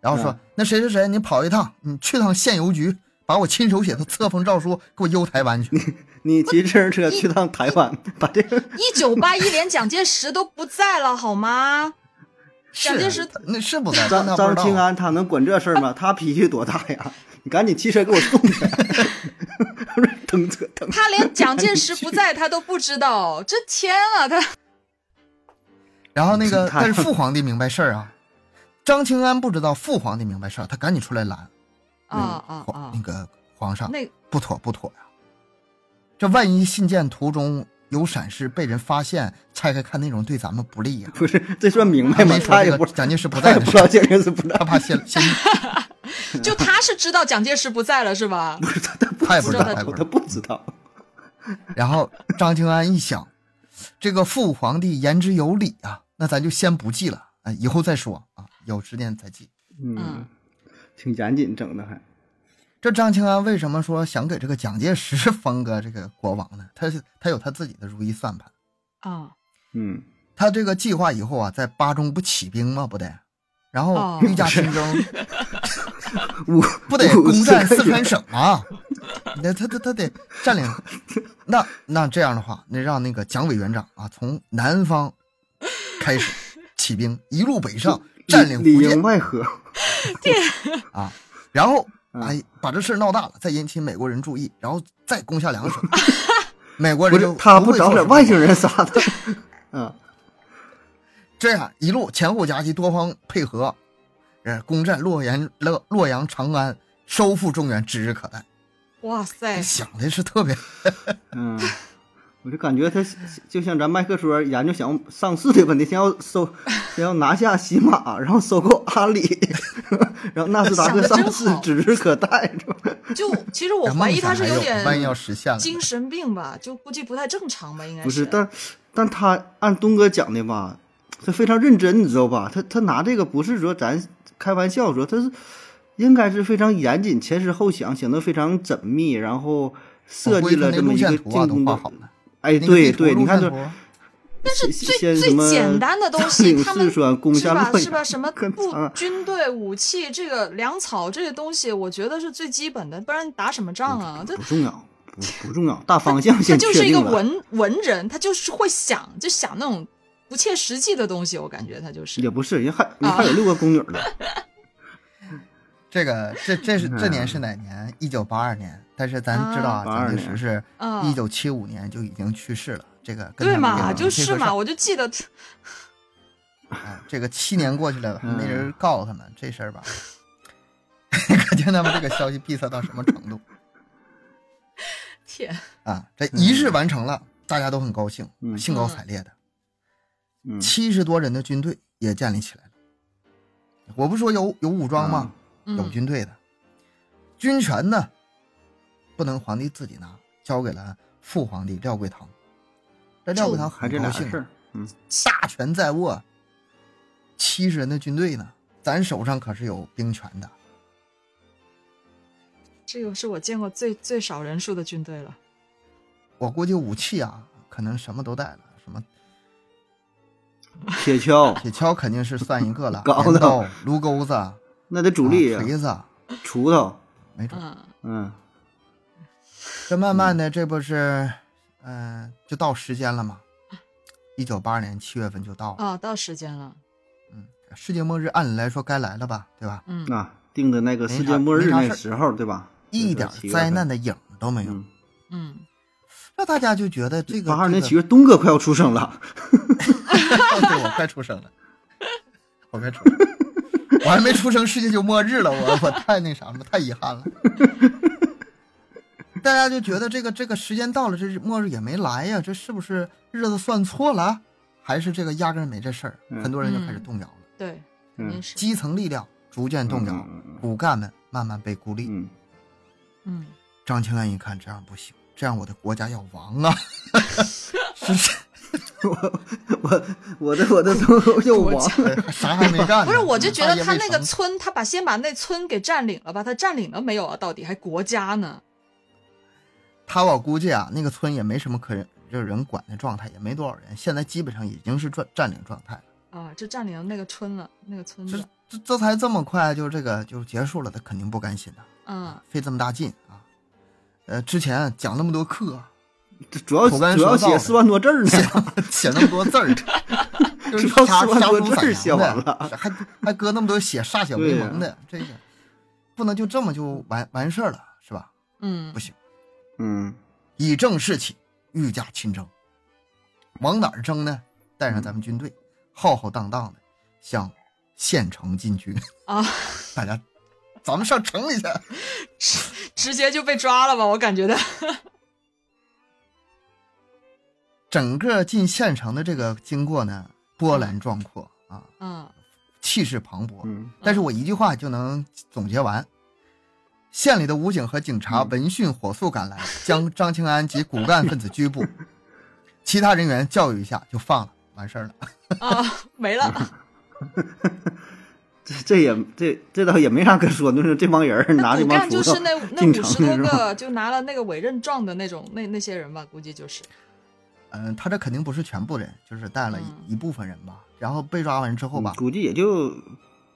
然后说、
嗯
那谁谁谁，你跑一趟，你去趟县邮局，把我亲手写的册封诏书给我邮台湾
(laughs)
去。
(laughs)
你骑自行车去趟台湾，把
(laughs)
这个
一九八一连蒋介石都不在了，好吗？
是
蒋介石
他那是不在，但
啊
他
张
不
张
知
清
道。
安他能管这事儿吗？他脾气多大呀？你赶紧骑车给我送去， (laughs) 蹬车蹬。
他连蒋介石不在他都不知道，这天啊，他
然后那个，
他
但是父皇帝明白事儿啊，张清安不知道，父皇帝明白事儿，他赶紧出来拦
嗯
啊啊
皇、
啊
那，个皇上，
那
不妥不妥呀、这万一信件途中有闪失，被人发现，拆开看内容对咱们不利
(laughs)
呀、
不是，这算明白
他
吗
没？说
他也
这
不
个，蒋介石不
他
在
也
的
不
事
知道
儿，
这个是不知道
他，怕泄泄密，
就他是知道蒋介石不在了是吧？
不是他他
他也不知道，
不知道
他也
不
不知
他
道。
不知道。
然后张清安一想，这个父皇帝言之有理啊，那咱就先不记了，啊，以后再说啊，有时间再记。
嗯
嗯，
挺严谨整的还。
这张清安为什么说想给这个蒋介石 (laughs) 封个这个国王呢？他是他有他自己的如意算盘，
啊，
嗯，
他这个计划以后啊，在巴中不起兵吗？不得，然后
哦
御驾亲征，
五
不得
五
攻
十
占
个
四
月
川省
(laughs)
啊？那他他他得占领，那那这样的话，那让那个蒋委员长啊，从南方开始起兵，一路北上占领
里
福
应
建
外合，
啊，然后
嗯
哎把这事儿闹大了，再引起美国人注意，然后再攻下
(laughs)
两省，美国
不
人
是
就
他
不
不
会
找
措
点
施
外星人啥
(laughs)
的？嗯，
这样一路前后夹击，多方配合，呃，攻占洛阳、洛洛阳、长安，收复中原，指日可待。
哇塞，
(laughs)
想的是特别，
嗯，我就感觉他就像咱麦克说研究想上市的问题，先要收，先要拿下喜马，然后收购阿里， (laughs) 然后纳斯达克上
想
市
得真好
指日可待，是吧？
就其实我
然后
怀疑
梦
他
想
是
还
有
有万一要
点
实现了呢，
精神病吧，就估计不太正常吧，应该
不是，但但他按东哥讲的吧，他非常认真，你知道吧？他他拿这个不是说咱开玩笑说，他是应该是非常严谨，前思后想，想得非常缜密，然后设
我估
计
计他
了
那
这么
路
一个
线图啊
进
都
攻
画
的
好。了。
哎，
那个
对
地图
对，你
路
看
线
这
图，
但是
先
最
先
最
什么
简单的东西
占领
他们
四川攻
是
下
吧
洛
是吧？
阳
什么
跟
步
长安
军队、武器、这个粮草这些东西，我觉得是最基本的，不然打什么仗啊？这
嗯不重要，不不重要，大方
(laughs)
向
他
先
就
确
是一个
定了，
文文人，他就是会想，就想那种不切实际的东西。我感觉他就是
也不是人还人
啊
还有六个宫女
(laughs)
呢，
这个这这是这年是哪年？一九八二年。但是咱知道嗯啊，
啊
蒋介石是
啊
一九七五年就已经去世了。这个跟
对
他们也
啊
嘛，
没
就
这
是
回事
嘛，
儿，
我就记得
哎这个七年过去了，
嗯
没人告诉他们这事儿吧？ (laughs) 可见他们这个消息闭塞到什么程度。
天
啊，这仪式完成了，大家都很高兴，
嗯
兴高采烈的。
嗯，
七十多人的军队也建立起来了。我不说有有武装吗？有
嗯
军队的，军权呢，不能皇帝自己拿，交给了父皇帝廖桂堂。这廖桂堂
还
很
这
高
俩
兴
事，儿，嗯，
大权在握，七十人的军队呢，咱手上可是有兵权的，
这个是我见过最最少人数的军队了。
我估计武器啊，可能什么都带了，什么
铁
(laughs)
锹，
铁锹肯定是算一个了
(laughs) 搞
镰
的
刀、炉钩子、
那得主力
啊
啊，
锤子，
锄头，
没准。
嗯，
嗯，
这慢慢的，这不是，嗯、就到时间了吗？
嗯
一九八二年七月份就到了，
哦，到时间了，
嗯，世界末日按理来说该来了吧，对吧？
嗯，
啊，定的那个世界末日那时候，对吧？
一点灾难的影儿都没有，
嗯，
嗯，
那大家就觉得这个
八二年
这个 (laughs)
七月，东哥快要出生了，
对我快出生了，我快出生了，我还没出生，世界就末日了，我我太那啥了，太遗憾了。大家就觉得这个这个时间到了，这末日也没来呀，这是不是日子算错了，还是这个压根儿没这事儿？
嗯
很多人就开始动摇了，
对，肯定
嗯
是，
基层力量逐渐动摇，
嗯嗯
骨干们慢慢被孤立。
嗯，
嗯，
张清安一看这样不行，这样我的国家要亡啊！是是，
嗯我我的我的东哥就
国
我
家
(laughs) 啥还没干呢？
不是，我
嗯
就觉
大
得
业
他
未
那个
成
村，他把先把那村给占领了吧？他占领了没有啊？到底还国家呢？
他我估计啊，那个村也没什么可人就是人管的状态，也没多少人，现在基本上已经是占占领状态了。
啊，就占领了那个村了，那个村
这
子，嗯
这这才这么快就这个就结束了，他肯定不甘心的，
嗯，
费这么大劲啊。呃，之前讲那么多课，
主要
口干
主要
舌燥
写
的
四万多字儿呢
写，写那么多字
(laughs)
儿，就是
主要
瞎
四万
瞎
多
读
字儿
散洋
写完
的
了
还还搁那么多写歃血为盟的，这个不能就这么就完完事儿了，是吧？
嗯
不，行，
嗯，
以正视起，御驾亲征。往哪儿征呢？带上咱们军
嗯
队，浩浩荡荡的向县城进军。
啊，
大家，咱们上城里去。
直接就被抓了吧？我感觉到，
整个进县城的这个经过呢，波澜壮阔啊，
嗯
气势磅礴。
嗯
但是我一句话就能总结完。县里的武警和警察
嗯
闻讯火速赶来，将张庆安及骨干分子拘捕，其他人员教育一下就放了，完事儿了。
啊，没了，
这这也这这倒也没啥可说，就是这帮人儿拿这
骨
帮
干
锄
就是
头 (laughs)
那那
进
五
城
十多
了是吧？
个就拿了那个委任状的那种那那些人吧，估计就是，
嗯，他这肯定不是全部人，就是带了一,、
嗯
一部分人吧。然后被抓完之后吧，
嗯估计也就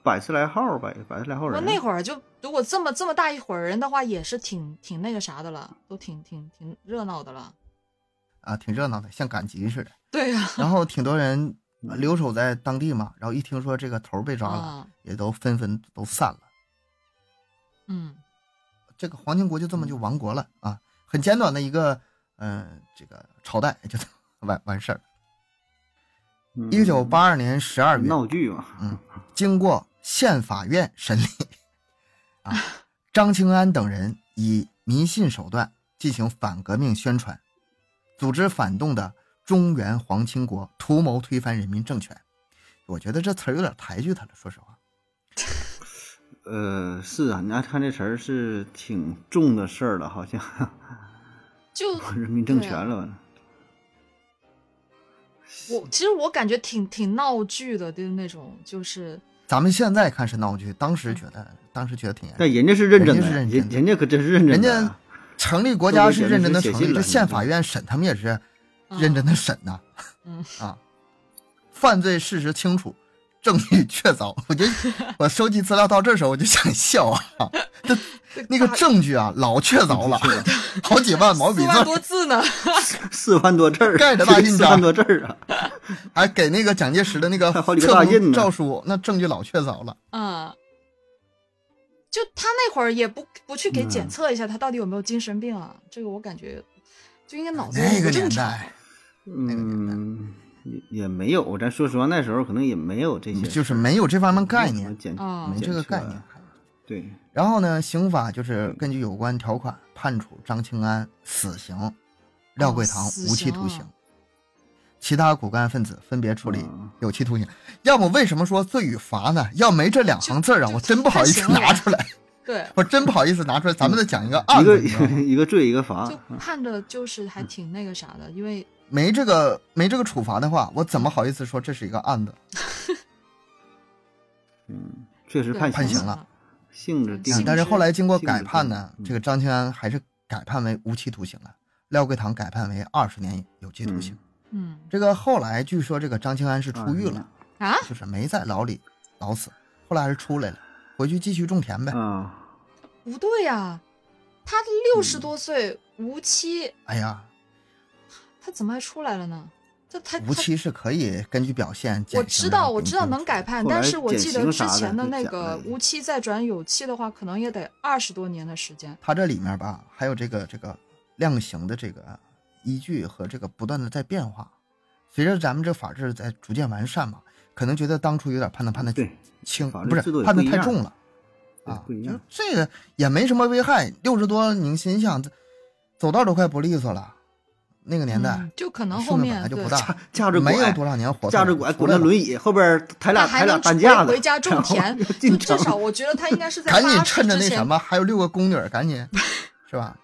百十来号吧，百十来号
我
人。
那会儿就如果这么这么大一伙儿人的话，也是挺挺那个啥的了，都挺挺挺热闹的了。
啊，挺热闹的，像赶集似的。
对呀、
然后挺多人呃留守在当地嘛，然后一听说这个头儿被抓了，
啊
也都纷纷都散了。
嗯
这个皇亲国就这么就亡国了啊，很简短的一个，嗯、这个朝代 (laughs) 就完完事儿了。
嗯
一九八二年十二月，
闹剧嘛，
嗯经过县法院审理，啊，张清安等人以迷信手段进行反革命宣传，组织反动的中原皇亲国，图谋推翻人民政权。我觉得这词儿有点抬举他了，说实话。
呃，是啊，你要看这词儿是挺重的事儿了，好像
就
(laughs) 人民政权了
啊
吧？
我其实我感觉挺挺闹剧的，就是那种就是
咱们现在看是闹剧，当时觉得，当时觉得挺严重。
但人家是认真
人家
的，
是认
人
真的
人家可真是认真
人
的
家
啊。
成立国家是认真的
都
成
给
立，这
人家写信了
县法院审他们也是
嗯
认真的审呐、
嗯
(laughs) 啊，犯罪事实清楚，证据确凿。 (laughs) 我就我收集资料到这时候，我就想笑
(laughs)
啊，这那个
大
证据啊老确凿了，好几
(laughs)
万毛笔
四万
字，
多字呢。
(laughs) 四万多字儿，啊
盖着大印章
(laughs) 四万多
(laughs)
字儿啊！
还给那个蒋介石的那个
还好几个
册
大印
封
呢
诏书，那证据老确凿了。
啊，就他那会儿也不不去给
嗯
检测一下他到底有没有精神病啊，这个我感觉就应该脑子
啊那
不
个
正
年
常。
代
嗯，也也没有，咱说实话，那时候可能也没有这些，
就是没有这方面概念，
检
啊
没这个概念。。
对，
然后呢，刑法就是根据有关条款判处张庆安死刑，廖桂堂
哦死
无期徒
刑
刑
啊，
其他骨干分子分别处理
嗯
有期徒刑。要么为什么说罪与罚呢？要没这两行字儿啊，
就
我真不好意思
太行了
拿出来， (laughs)
对，
我真不好意思拿出来。咱们再讲一个案
一个
子，你知道吗
(laughs) 一个罪一个罚
就，
嗯
看着就是还挺那个啥的，因为
没这个没这个处罚的话，我怎么好意思说这是一个案子？
嗯，确实
对
判
判
刑
刑
了，
了
性质
性
定
质
嗯
性质。
但是后来经过改判呢，
嗯
这个张清安还是改判为无期徒刑了，廖桂堂改判为二十年有期徒刑。
嗯
这个后来据说这个张清安是出狱了，
啊，
就是没在牢里老死，后来还是出来了，回去继续种田呗。
嗯
啊，
不对呀、他六十
嗯
多岁无期，
哎呀，
他怎么还出来了呢？他他
无
他，
期是可以根据表现减
我
刑
知
的
道我知道
并
能改判，
后
但
来
是我
减
记得
刑
之
啥的
前的
就
那
减
个
了
无期再转有期的话，可能也得二十多年的时间。
它这里面吧，还有这个这个量刑的这个依据和这个不断的在变化。随着咱们这法制在逐渐完善嘛，可能觉得当初有点判的判的
对，
轻，
法律
不是
制度也
判的
不一
太
样
重了
对
啊
不一，
就
样
这个也没什么危害。六十多，您心想，这走道都快不利索了，那个年代
嗯，就可能后
顺着本来
面
就
对
不大，
架着
没有
拐
多少年活头了，
架着拐
出
滚
来
着
了
轮椅，后边抬俩
那还
抬俩
能
担
回
架
回家
的，(laughs)
种
然后
田，就
进
至
城
少我觉得他应该是在
赶紧
80
趁着
之
那
前
什么，还有六个宫女儿，赶
(laughs)
紧是吧？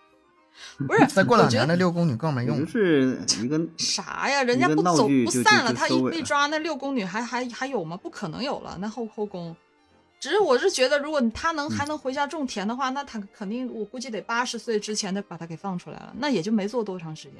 不是
(laughs) 再过两
我觉得
年那六个宫女更没
也
用
就
了。
是一个
(laughs) 啥呀？人
一
家
个
不
闹
走
剧
不
就就
散
就
了，他
收
一
尾
被
了
抓，那六宫女还还还有吗？不可能有了，那后后宫。只是我是觉得，如果他能还能回家种田的话，那他肯定我估计得八十岁之前得把他给放出来了，那也就没做多长时间。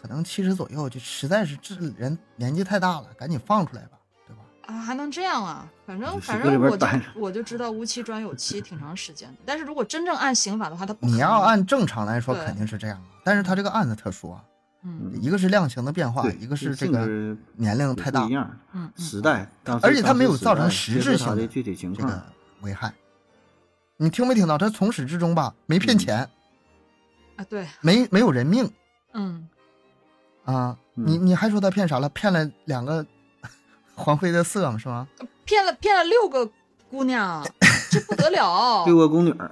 可能七十左右，就实在是这人年纪太大了，赶紧放出来吧，对吧？
啊，还能这样啊？反正
你是
反
搁里
正我
边
就
待着
我就知道无期转有期挺长时间的，但是如果真正按刑法的话，他不
你
可
要
能
按正常来说
对
肯定是这样啊，但是他这个案子特殊啊，
嗯
一个是量刑的变化，
对，
一个是这
性
个
质
年龄
也
太
不
大
一，样，
嗯嗯，
时代，当时
而且它
当
没有
时
造成
代
实
结
质
合
性
它
的
的具体情
这
况，
个危害。你听没听到？他从始至终吧，没
嗯
骗钱，
啊对，
没没有人命
嗯，
啊！你
嗯
你还说他骗啥了？骗了两个 (laughs) 皇妃的色嘛是吗？
骗了骗了六个姑娘，这不得了，
(laughs) 六个哎宫女儿，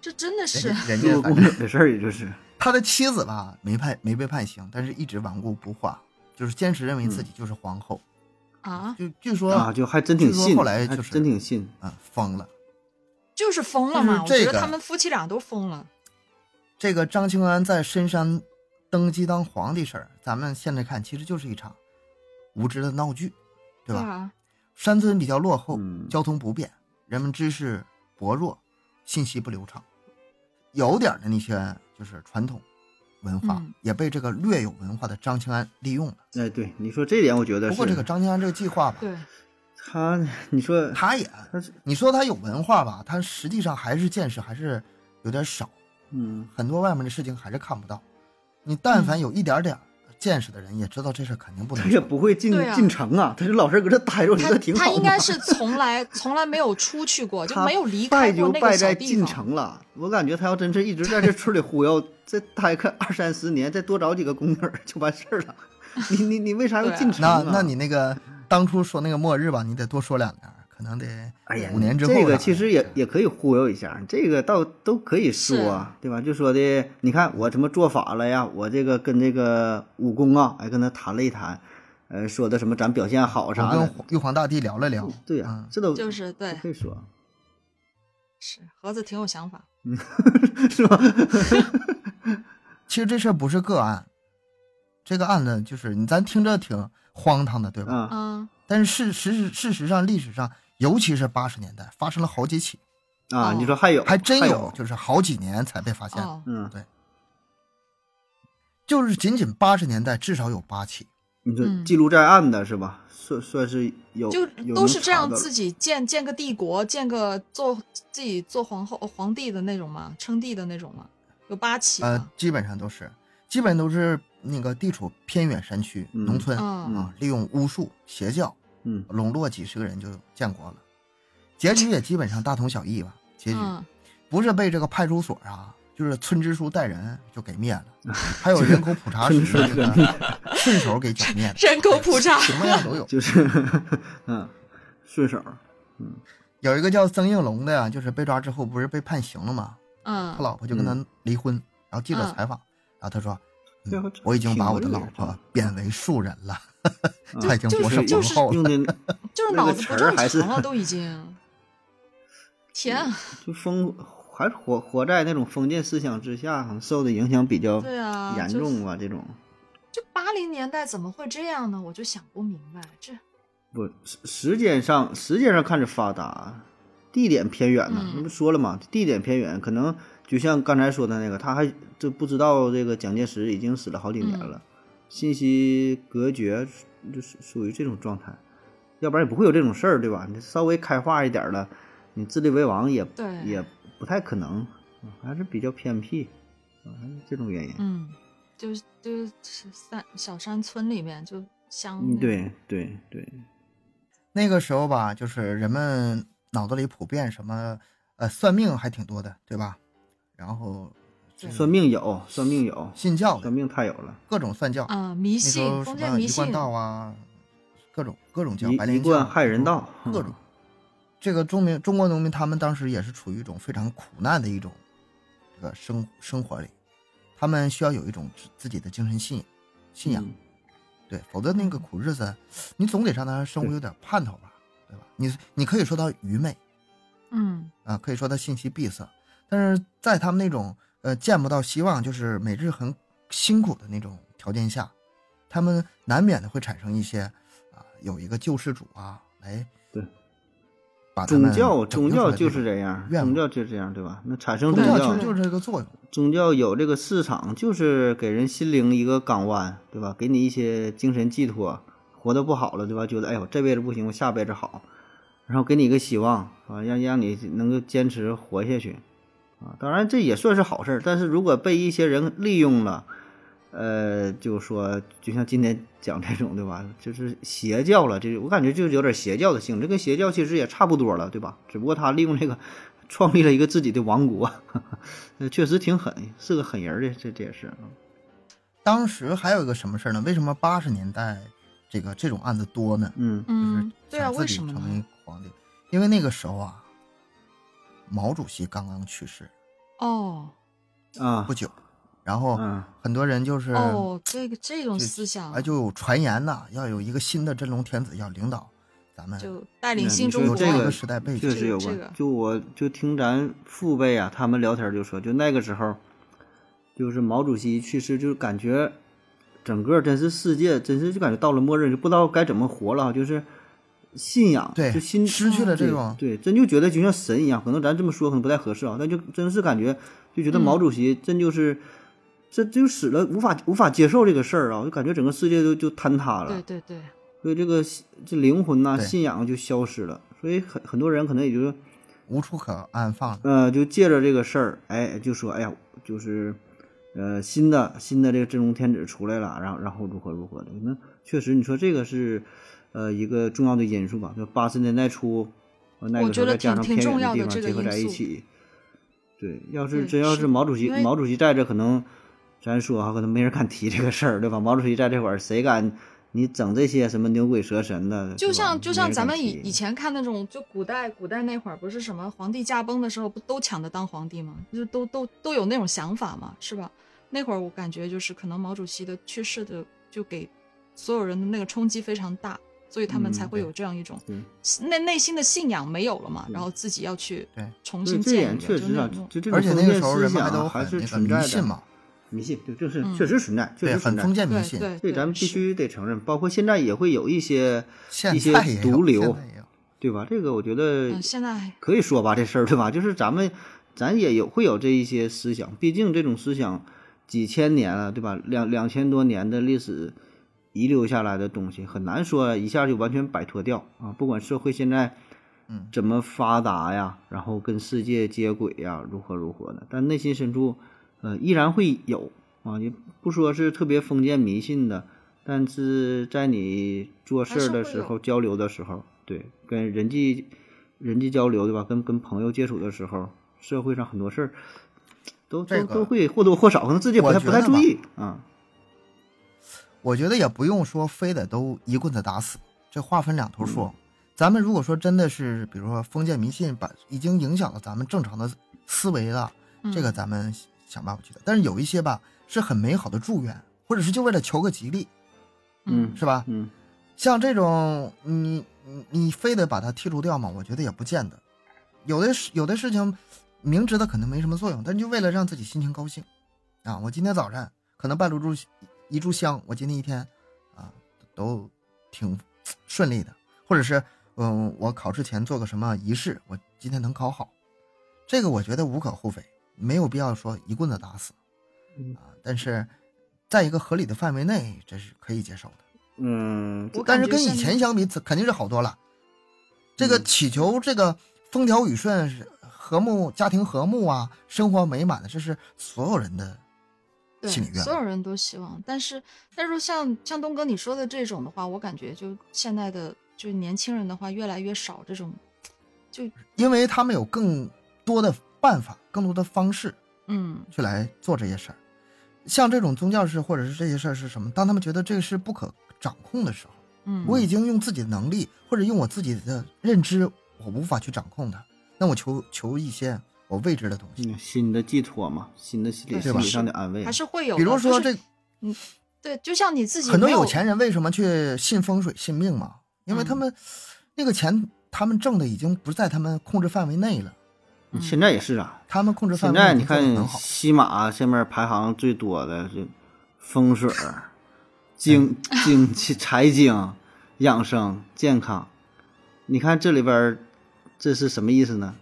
这真的
人
是
家人家
六个
反
宫女
正
儿的事儿，也就是
他的妻子吧，没判没被判刑，但是一直顽固不化，就是坚持认为自己就是皇后。
啊，
就据 (laughs) 说
嗯啊，就还真挺
据说
信，
后来
还
就是
真挺信，
啊，疯了。
就是疯了
就是
嘛！
这
我觉
个
得他们夫妻俩都疯了。
这个张清安在深山登基当皇帝事儿，咱们现在看其实就是一场无知的闹剧，对吧？
啊，
山村比较落后，
嗯
交通不便，人们知识薄弱，信息不流畅，有点儿的那些就是传统文化、
嗯
也被这个略有文化的张清安利用了。
哎，对，你说这点，我觉得
不过
是
这个张清安这个计划吧，
对，
他，你说
他也，
他是，
你说他有文化吧，他实际上还是见识还是有点少。
嗯，
很多外面的事情还是看不到。你但凡
嗯
有一点点见识的人，也知道这事儿肯定不
他
能
也
成。
不会进
对啊
进城啊，他就老是 (laughs) 搁这待着，我觉
他
得挺好
他
嘛。
应该是从来从来没有出去过，就
他
没有离
败
开
就
过那个
败
小
在
地
进
方。
城了，我感觉他要真是一直在这村里忽悠，再待个 (laughs) 二三十年，再多找几个宫女儿就完事儿了。 (laughs) 你你你为啥要
对啊
进城、
那
啊
那你那个当初说那个末日吧，你得多说两年，可能得
哎呀，
五年之后
这个
了
其实也也可以忽悠一下，这个倒都可以说啊
是，
对吧？就说的，你看我什么做法了呀？我这个跟这个武功啊，哎，跟他谈了一谈，呃，说的什么咱表现好
我
啥的
跟，玉皇大帝聊了聊，
对呀、
嗯
这都
就是对
都可以说， (laughs)
是盒子挺有想法，
是吧？ (laughs)
其实这事儿不是个案，这个案子就是你咱听着挺荒唐的，对吧？
啊，
嗯
但是事实事实上，历史上尤其是八十年代发生了好几起，
啊，你说还有，
还真
有，
有就是好几年才被发现的。
哦，
嗯，
就是仅仅八十年代至少有八起，
你说
嗯
记录在案的是吧？算算是有，
就
有
都
能
是这
查
样
到
自
的
己建建个帝国，建个做自己做皇后哦皇帝的那种嘛，称帝的那种嘛，有八旗
呃
嘛，，
基本上都是，基本都是那个地处偏远山区、
嗯
农村、
嗯
啊，利用巫术、邪教
嗯
笼络几十个人就建国了，结局也基本上大同小异吧。
呃
结局
嗯，
不是被这个派出所啊，就是村支书带人就给灭
(laughs)
了，还有人口普查室
村
这个顺手给剿灭的，
人口普查，
什么样都
(laughs)
有。
就是嗯，顺手，
有一个叫曾应龙的呀、就是被抓之后不是被判刑了吗？
嗯
他，老婆就跟他离婚，然后记者
嗯
采访，然后他说。
哎呦
嗯
这
我已经把我的
挺
老
有意思
婆变为庶人了，
啊
(laughs) 他已经
就
不
是
是
就
皇
是
后了。
用的
就是
那个
脑子
词
不
儿
正
还是
常了，都已
(laughs)
经。 (laughs) 天啊，
就封还是活活在那种封建思想之下，好像受的影响比较
对啊，
严
就
重吧。这种
就八零年代怎么会这样呢？我就想不明白，这
不时时间上时间上看着发达，地点偏远呢，
嗯
那不说了嘛，地点偏远，可能就像刚才说的那个，他还就不知道这个蒋介石已经死了好几年了，信息隔绝就是属于这种状态，要不然也不会有这种事儿，对吧？你稍微开化一点儿了，你自立为王也
对
也不太可能，嗯还是比较偏僻，嗯还是这种原因。
嗯，就是就是山小山村里面就乡那
嗯，
个，
对对对，
那个时候吧，就是人们脑子里普遍什么呃算命还挺多的，对吧？然后这个
算命有，算命有，
信教的
算命太有了。
各种算教，
啊，迷
那时
信，
候
封
什
建
么
迷
一贯
信，
道啊，各种各种教，白
一一
莲教、
贯
啊
害人道，嗯
各种。这个中民中国农民，他们当时也是处于一种非常苦难的一种这个生生活里，他们需要有一种自自己的精神信信仰，
嗯
对，否则那个苦日子，你总得让他生活有点盼头吧，对吧？你你可以说他愚昧
嗯
啊，可以说他信息闭塞，但是在他们那种呃见不到希望，就是每日很辛苦的那种条件下，他们难免的会产生一些啊，有一个救世主啊来
对
把他
宗
们
教
拯救
宗
出来
教
的
就
种
是这样，
愿望
宗教就是这样，对吧？那产生
宗
宗
教
对
其
教
实，就是这个作用。
宗教有这个市场，就是给人心灵一个港湾，对吧？给你一些精神寄托，活得不好了，对吧？觉得哎呦这辈子不行，我下辈子好，然后给你一个希望啊，让让你能够坚持活下去啊。当然这也算是好事儿，但是如果被一些人利用了。呃，就说就像今天讲这种，对吧？就是邪教了，这我感觉就是有点邪教的性质，跟邪教其实也差不多了，对吧？只不过他利用这个创立了一个自己的王国，呃确实挺狠，是个狠人儿的，这这也是啊。
当时还有一个什么事儿呢？为什么八十年代这个这种案子多呢？
嗯
嗯，
就
对
是
啊，
想自
为
己
什么
成为
呢？
皇帝，因为那个时候啊，毛主席刚刚去世
哦
啊
不久，然后
啊
很多人就是
哦，这个这种
就
思想
哎，就有传言呐、要有一个新的真龙天子要领导咱们，
就带
嗯
领新
你
中
说
国，
有
这
一
个
个时代背
确
景，
实有
这
关。
个
就我就听咱父辈啊，他们聊天儿就说，就那个时候，就是毛主席去世，就是感觉整个真是世界，真是就感觉到了末日，就不知道该怎么活了，就是信仰，
对
就心
失去了这种
对，对真就觉得就像神一样。可能咱这么说可能不太合适啊，但就真是感觉就觉得
嗯
毛主席真就是。这就使了无法无法接受这个事儿啊，就感觉整个世界都就坍塌了。
对对对，
所以这个这灵魂呐、
对
信仰就消失了。所以很很多人可能也就是
无处可安放了。
呃，就借着这个事儿，哎，就说哎呀，就是呃新的新的这个真龙天子出来了，然后然后如何如何的。那确实，你说这个是呃一个重要的因素吧？就八十年代初，呃那
我
个时
觉
候
得
再加上
挺挺
偏远
重要
地
的
方
这个
结合在
因
一
素
起，对，要是
对
真要
是
是毛主席
因为
毛主席在这，可能咱说啊，可能没人敢提这个事儿，对吧？ (laughs) 毛主席在这会儿，谁敢你整这些什么牛鬼蛇神的？
就
对吧
像就像咱们以以。
没人敢提
前看那种，就古代古代那会儿，不是什么皇帝驾崩的时候，不都抢着当皇帝吗？就都都都有那种想法嘛，是吧？那会儿我感觉就是可能毛主席的去世的，就给所有人的那个冲击非常大，所以他们
嗯
才会
对
有这样一种
对
内内心的信仰没有了嘛，
对
然后自己要去
对
重
对，
新
这
建
点
一
确
个，就
实
那
啊
种，
这这种
而且那
封
个
建
时候
思
人们
想
都
还
很
是
那个
存在
迷
的
信，嘛，
迷信对，就是
嗯
确实存在，确
对，
实
很
存在
封。建迷
对
信。
对
所
对，
以咱们必
是
须得承认，包括现在也会有一些
现
一些
在也有，
毒瘤
现在也有。
对吧？这个我觉得
嗯现在还
可以说吧，这事儿对吧？就是咱们咱也有会有这一些思想，毕竟这种思想几千年了，对吧？两两千多年的历史遗留下来的东西，很难说一下就完全摆脱掉啊。不管社会现在
嗯
怎么发达呀，然后跟世界接轨呀，如何如何的，但内心深处，呃，依然会有啊，也不说是特别封建迷信的，但是在你做事儿的时
还是会
候、交流的时候，对，跟人际人际交流，对吧？跟跟朋友接触的时候，社会上很多事儿都
这
都
个
都会或多或少，可能自己不
我
太
觉
不太
得
注
吧
意啊。
我觉得也不用说非得都一棍子打死，这话分两头说。
嗯
咱们如果说真的是，比如说封建迷信把已经影响了咱们正常的思维了，这个
嗯
咱们想办法去的。但是有一些吧是很美好的祝愿，或者是就为了求个吉利，
嗯
是吧？
嗯，
像这种你你你非得把它剔除掉吗？我觉得也不见得。有的事有的事情，明知道可能没什么作用，但就为了让自己心情高兴，啊，我今天早晨可能半路炷一炷香，我今天一天啊都挺顺利的，或者是嗯，我考试前做个什么仪式，我今天能考好，这个我觉得无可厚非，没有必要说一棍子打死
嗯
啊。但是，在一个合理的范围内，这是可以接受的。
嗯，
我
但
感
是
觉
跟以
现在
前相比，这肯定是好多了。这个
嗯
祈求这个风调雨顺、是和睦、家庭和睦啊，生活美满的，这是所有人的
对，
心里愿
所有
望。
人都希望，但是但是像像东哥你说的这种的话，我感觉就现在的就年轻人的话越来越少这种，就
因为他们有更多的办法、更多的方式
嗯
去来做这些事儿。像这种宗教事或者是这些事儿是什么？当他们觉得这个是不可掌控的时候，
嗯，
我已经用自己的能力或者用我自己的认知，我无法去掌控它，那我求求一些我未知的东西。
嗯，新的寄托嘛，新的心理
对
心
吧
理上的安慰，
还是会有的，
比如说
就
这
是嗯对，就像你自己
很多
没
有钱人为什么去信风水、信命嘛？因为他
嗯
们那个钱，他们挣的已经不在他们控制范围内了，
嗯
现在也是啊，
他们控制范
现
围内
在
已
你
经做得
看
很好。
西马下面排行最多的是风
(laughs)
水儿、经经济、财经、养生、健康。你看这里边儿这是什么意思呢？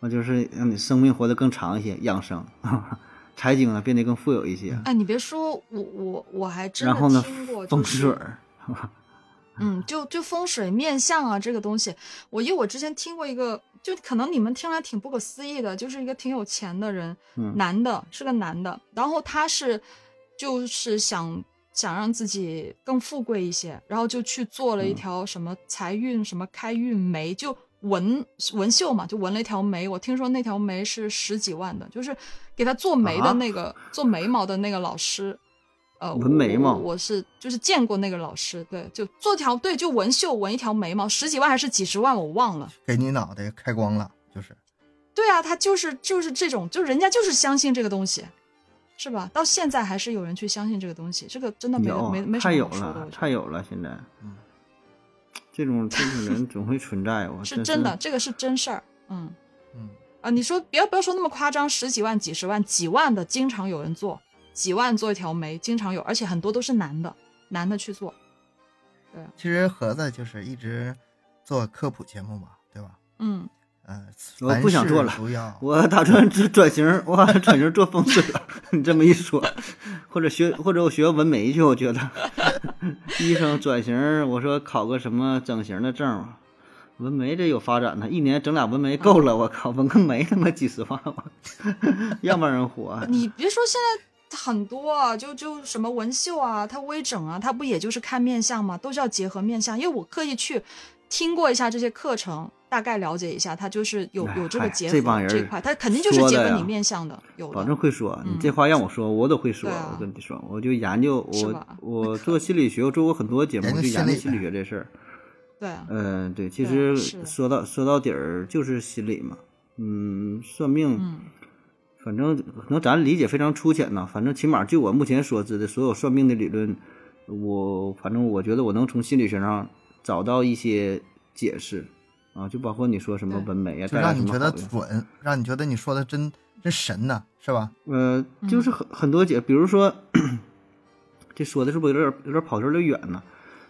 那就是让你生命活得更长一些，养生； (laughs) 财经呢变得更富有一些，
哎，你别说，我我我还真
然后呢
的听过、就
风
是
水儿。
嗯，就就风水面相啊这个东西，我因为我之前听过一个，就可能你们听来挺不可思议的，就是一个挺有钱的人，
嗯
男的是个男的，然后他是就是想想让自己更富贵一些，然后就去做了一
嗯
条什么财运什么开运梅，就纹纹绣嘛，就纹了一条梅。我听说那条梅是十几万的，就是给他做眉的
啊
那个、做眉毛的那个老师，呃，
纹眉毛
我我是就是见过那个老师，对，就做条对，就纹绣纹一条眉毛，十几万还是几十万我忘了。
给你脑袋开光了，就是
对啊，他就是就是这种，就人家就是相信这个东西，是吧？到现在还是有人去相信这个东西，这个真的没
有
没没什
太有
么好说的
了，，
我觉
太
得
有了！现在
嗯
这种这种人总会存在，我
是
真
真的，。这个是真事儿，嗯
嗯，
啊，你说不要不要说那么夸张，十几万、几十万、几万的，经常有人做，几万做一条眉，经常有，而且很多都是男的，男的去做，
其实盒子就是一直做科普节目嘛，对吧？
嗯，
嗯、呃，
我不想
凡事
做了
不要
我打算转转型，我转型做风水了。 (laughs) 你这么一说，或者学或者我学纹眉去，我觉得 (laughs) 医生转型，我说考个什么整形的证，纹眉这有发展呢。一年整俩纹眉够了，我靠，纹个眉他妈几十万，我 (laughs) 要不让人活。啊
你别说现在很多啊，就就什么纹绣啊，它微整啊，它不也就是看面相吗？都是要结合面相。因为我刻意去听过一下这些课程，大概了解一下，它就是有
哎
有这个结合
这帮人
一块，它肯定就是
说
结
的
合
呀
你面相的，有
保证
的。
会说，你
嗯
这话让我说，我都会说。
对啊
我跟你说，我就研究
是 (laughs)
我
吧
我做心理学，我做过很多节目，
研
我
究
就研究
心
心
理
理学这事儿。
对啊，
嗯，对，其
对
实
是
说到说到底儿就是心理嘛。嗯，算命，
嗯，
反正可能咱理解非常粗浅呐。反正起码就我目前所知的所有算命的理论，我反正我觉得我能从心理学上找到一些解释啊，就包括你说什么
对
纹眉啊，
就
带来
让
什
你觉
么
得
好运
准，让你觉得你说的真真神呢、是吧？
呃，就是很很多解，比如说， (coughs) 这说的是不是有点有点跑题儿的远呢？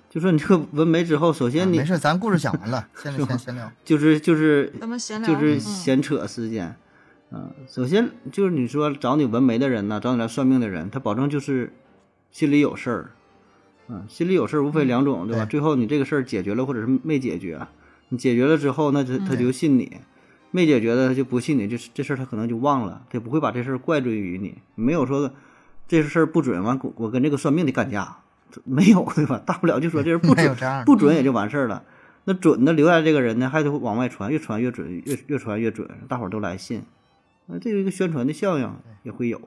就说你这个纹眉之后，首
啊
先你
没事，咱故事讲完
(laughs)
了，现在
吗
先闲聊。
就是就是
咱们闲聊，
就是
嗯、
闲扯时间。嗯，首先就是你说找你纹眉的人呢，找你来算命的人，他保证就是心里有事儿，嗯，心里有事儿无非两种，对吧？
对
最后你这个事儿解决了，或者是没解决，啊你解决了之后，那就
嗯
他就信你；没解决的他就不信你，这这事儿他可能就忘了，他也不会把这事儿怪罪于你，没有说这事儿不准，完我我跟这个算命的干架，没有对吧？大不了就说这人
(laughs)
不
没有
准
这样的，
不准也就完事儿了。那准的留下来这个人呢，还得往外传，越传越准，越越传越准，大伙儿都来信，那这一个宣传的效应也会有，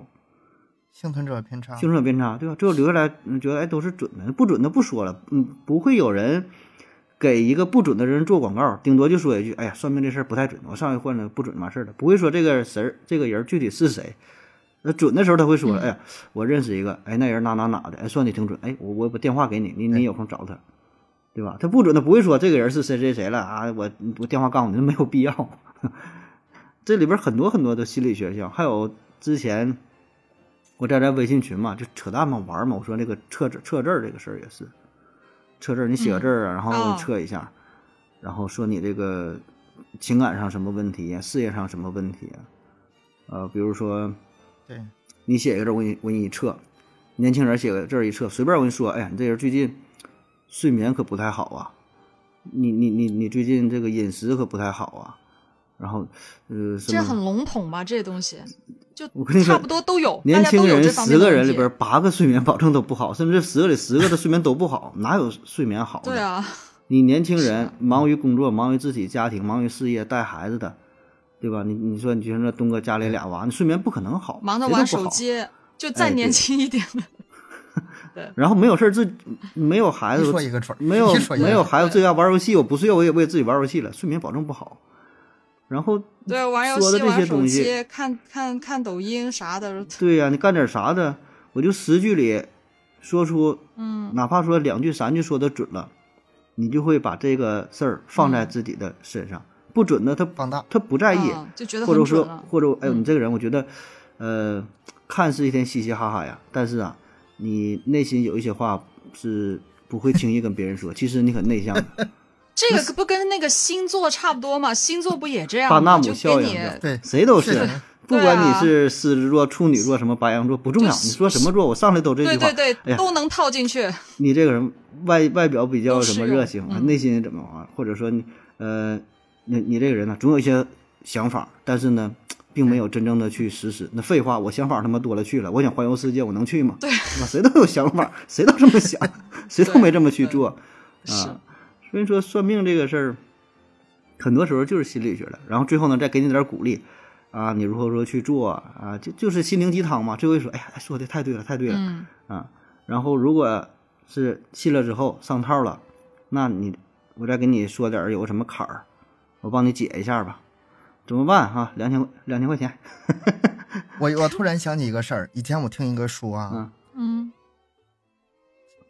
幸存者偏差，
幸存者偏差，对吧？最后留下来，嗯觉得哎都是准的，不准的不说了，嗯，不会有人给一个不准的人做广告，顶多就说一句，哎呀，算命这事儿不太准，我上回换了不准完事儿了，不会说这个谁儿这个人具体是谁。那准的时候他会说，
嗯
哎呀，我认识一个，哎，那人哪哪哪的，哎，算的挺准，哎，我我把电话给你，你你有空找他，对吧？他不准，他不会说这个人是谁谁谁了啊，我我电话告诉你，没有必要。这里边很多很多的心理学项，还有之前我在咱微信群嘛，就扯淡嘛玩嘛，我说那个测字测字儿这个事儿也是，测字儿你写个字儿啊，然后
哦
测一下，然后说你这个情感上什么问题呀，事业上什么问题呀，呃，比如说
对，
你写一个字儿，我给你我给你一测，年轻人写个字儿一测，随便我跟你说，哎呀，你这人最近睡眠可不太好啊，你你你你最近这个饮食可不太好啊，然后呃，什
这
么
很笼统吧？这些东西就
我跟你说
差不多都有，大
年
家都
轻
有
人
这方
十
面的
个
问
人
题。
里边八个睡眠保证都不好，甚至十个里十个的睡眠都不好，哪有睡眠好？
对，啊，
你年轻
是
人
啊
忙于工作，忙于自己家庭，忙于事业，带孩子的，对吧？你你说你就像那东哥家里俩娃，你睡眠不可能好，
忙着
谁都
玩
不
手
好。
机，就
哎
再
对
年轻一点
(laughs)
的，
然后没有事儿自己没有孩
一
子，
说一个准儿，
没有
一说一个
没有
准儿
孩子，自己要玩游戏，我不睡，我也我也自己玩游戏了，睡眠保证不好。然后
对，啊玩游
说的
戏、
这些
玩手
东西
机、看看看抖音啥的，
对呀、你干点啥的，我就十句里说出，
嗯，
哪怕说两句、三句说的准了，你就会把这个事儿放在自己的身上。不准的，他
放大，
他不在意，
嗯就觉得
或
很
者
准
说
了。
或者哎呦，
嗯
你这个人，我觉得，呃，看似一天嘻嘻哈哈呀，但是啊，你内心有一些话是不会轻易跟别人说，其实你很内
(laughs)
向的，
这个不跟那个星座差不多吗？星座不也这样
巴
吗？
纳姆
就
效
给
应
你
叫
对，
谁都
是
是
的。
不
对
管你
啊
是狮子座、处女座、什么白羊座，不重要。
是
你说什么座，我上来都这句
对
话。
对对，
哎呀
都能套进去。
你这个人外外表比较
都
什么
适用
热情啊，
嗯
内心怎么啊？或者说你呃，你你这个人呢，总有一些想法，但是呢，并没有真正的去实施。那废话，我想法他妈多了去了，我想环游世界，我能去吗？
对
是吧，谁都有想法，谁都这么
(laughs)
想，谁都没这么去做
是
啊。所以说，算命这个事儿，很多时候就是心理学了。然后最后呢，再给你点儿鼓励。啊，你如何说去做啊？就就是心灵鸡汤嘛。最后一说，哎呀，说的太对了，太对了。
嗯，
啊。然后如果是信了之后上套了，那你我再给你说点儿有个什么坎儿，我帮你解一下吧。怎么办啊？两千两千块钱， (laughs)
我我突然想起一个事儿，以前我听一个说啊，
嗯
嗯，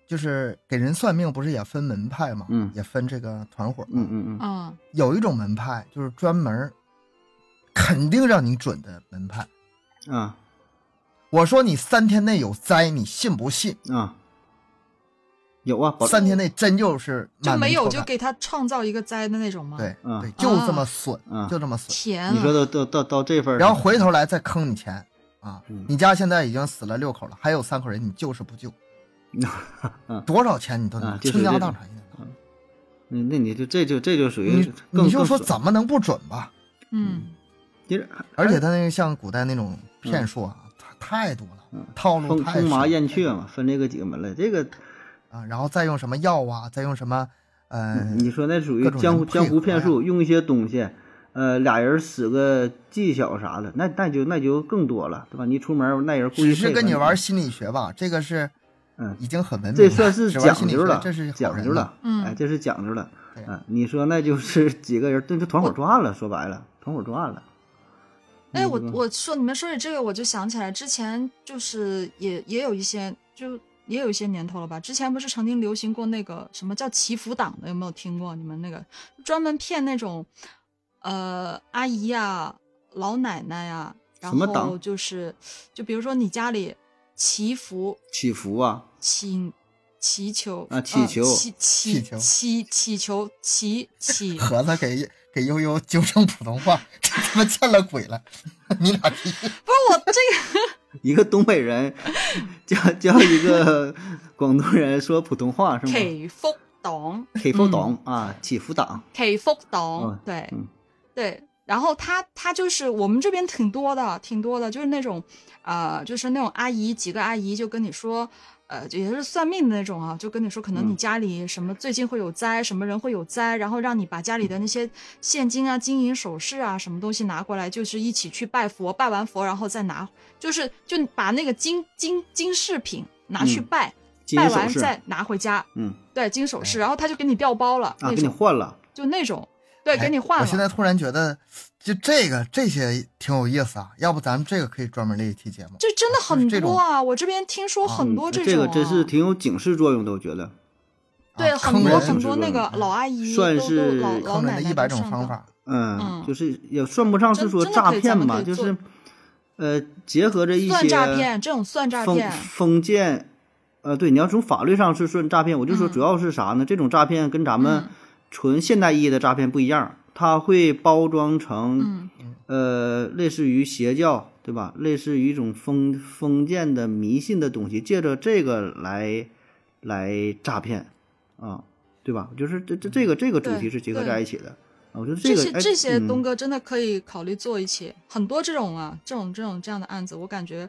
就是给人算命不是也分门派嘛，
嗯
也分这个团伙嘛，
嗯嗯嗯，
啊，
有一种门派就是专门儿肯定让你准的门派。
啊
我说你三天内有灾，你信不信？
啊，有啊，保
三天内真就是
就
满门
没有
抄
就
斩
给啊他创造一个灾的那种吗？，
对
嗯
对，就这么损
嗯，
就这么损，
天
你说
啊，
到到到到这份儿上，
然后回头来再坑你钱啊
嗯！
你家现在已经死了六口了，还有三口人，你就是不救
(laughs) 嗯，
多少钱你都
啊
能
就是
倾
这
家
种
荡产也能拿。
嗯，那你就这就这就属于
你
更
你就
更
说
损
怎么能不准吧？
嗯，
其实还
而且他那个像古代那种
嗯
骗术啊，太太多了，套路
风
太
风嗯麻
深
燕雀嘛，分这个几个门类，这个
啊，然后再用什么药啊，再用什么呃，
嗯你说那属于
各种
江
人
湖
配
江湖
合
骗
呀
术，用一些东西，呃，俩人使个技巧啥的，那那就那就更多了，对吧？你出门那人故意
只是
配合
跟你玩，心理学吧，这个是
嗯
已经很文明了，
这算是
只玩
讲
心理
究
学
了，
这是好
讲
人
究了，
嗯
哎，这是讲究了，
对
啊，你说那就是 (laughs) 几个人，这就团伙作案了，说白了，团伙作案了。
哎，
嗯
我
这个
我说你们说起这个，我就想起来之前就是也也有一些就。也有一些年头了吧？之前不是曾经流行过那个什么叫祈福党的，有没有听过？你们那个专门骗那种，呃，阿姨呀、老奶奶呀、然
什么党
后就是，就比如说你家里祈福，
祈福啊，
请祈求
啊祈
呃
求
祈祈
求
祈祈求祈
(laughs)
祈
盒子给给悠悠纠正普通话，这他妈见了鬼了！你俩逼
不是我这个
一个东北人教教
(laughs)
一个广东人说普通话是吗？
祈福党，
祈福
嗯
党啊，祈福党，
祈福
哦
党，对
嗯
对。然后他他就是我们这边挺多的，挺多的，就是那种，呃，就是那种阿姨，几个阿姨就跟你说，呃，也是算命的那种啊，就跟你说，可能你
嗯
家里什么最近会有灾，什么人会有灾，然后让你把家里的那些现金啊、金银首饰啊、什么东西拿过来，就是一起去拜佛，拜完佛然后再拿，就是就把那个金金金饰品拿去
嗯
拜，
金
拜
银首
完
饰，
再拿回家，
嗯
对，金首饰，然后他就给你调包了，
啊，
那
给你
种
换了。
就那种， (laughs) 对，给
哎
你换了。
我现在突然觉得，就这个这些挺有意思啊，要不咱们这个可以专门列一期节目。啊
这真的很
这
多啊！我这边听说很多
嗯这
种、啊
个真是挺有警示作用的，我觉得。
对，
啊
很
坑
多
人
很多
是吧
那个老阿姨
算
都
是
都老
坑
老
人
奶
的
奶
一百
都
种
上
方
当。
法，
嗯
嗯，
就是也算不上是
真
说
真的
诈
可以咱
骗
们
吧，
可
就
以做
是，呃，结合着一些
算诈骗这种算诈
封
骗
封建，呃，对，你要从法律上是算诈骗，我就说
嗯
主要是啥呢？这种诈骗跟咱们
嗯
纯现代意义的诈骗不一样，它会包装成
嗯
呃类似于邪教，对吧？类似于一种封封建的迷信的东西，借着这个来来诈骗啊，对吧？就是这这这个这个主题
对
是结合
对
在一起的啊，我觉得
这
个
些
哎
这些
嗯
东哥真的可以考虑做一期，很多这种啊，这种这种这样的案子，我感觉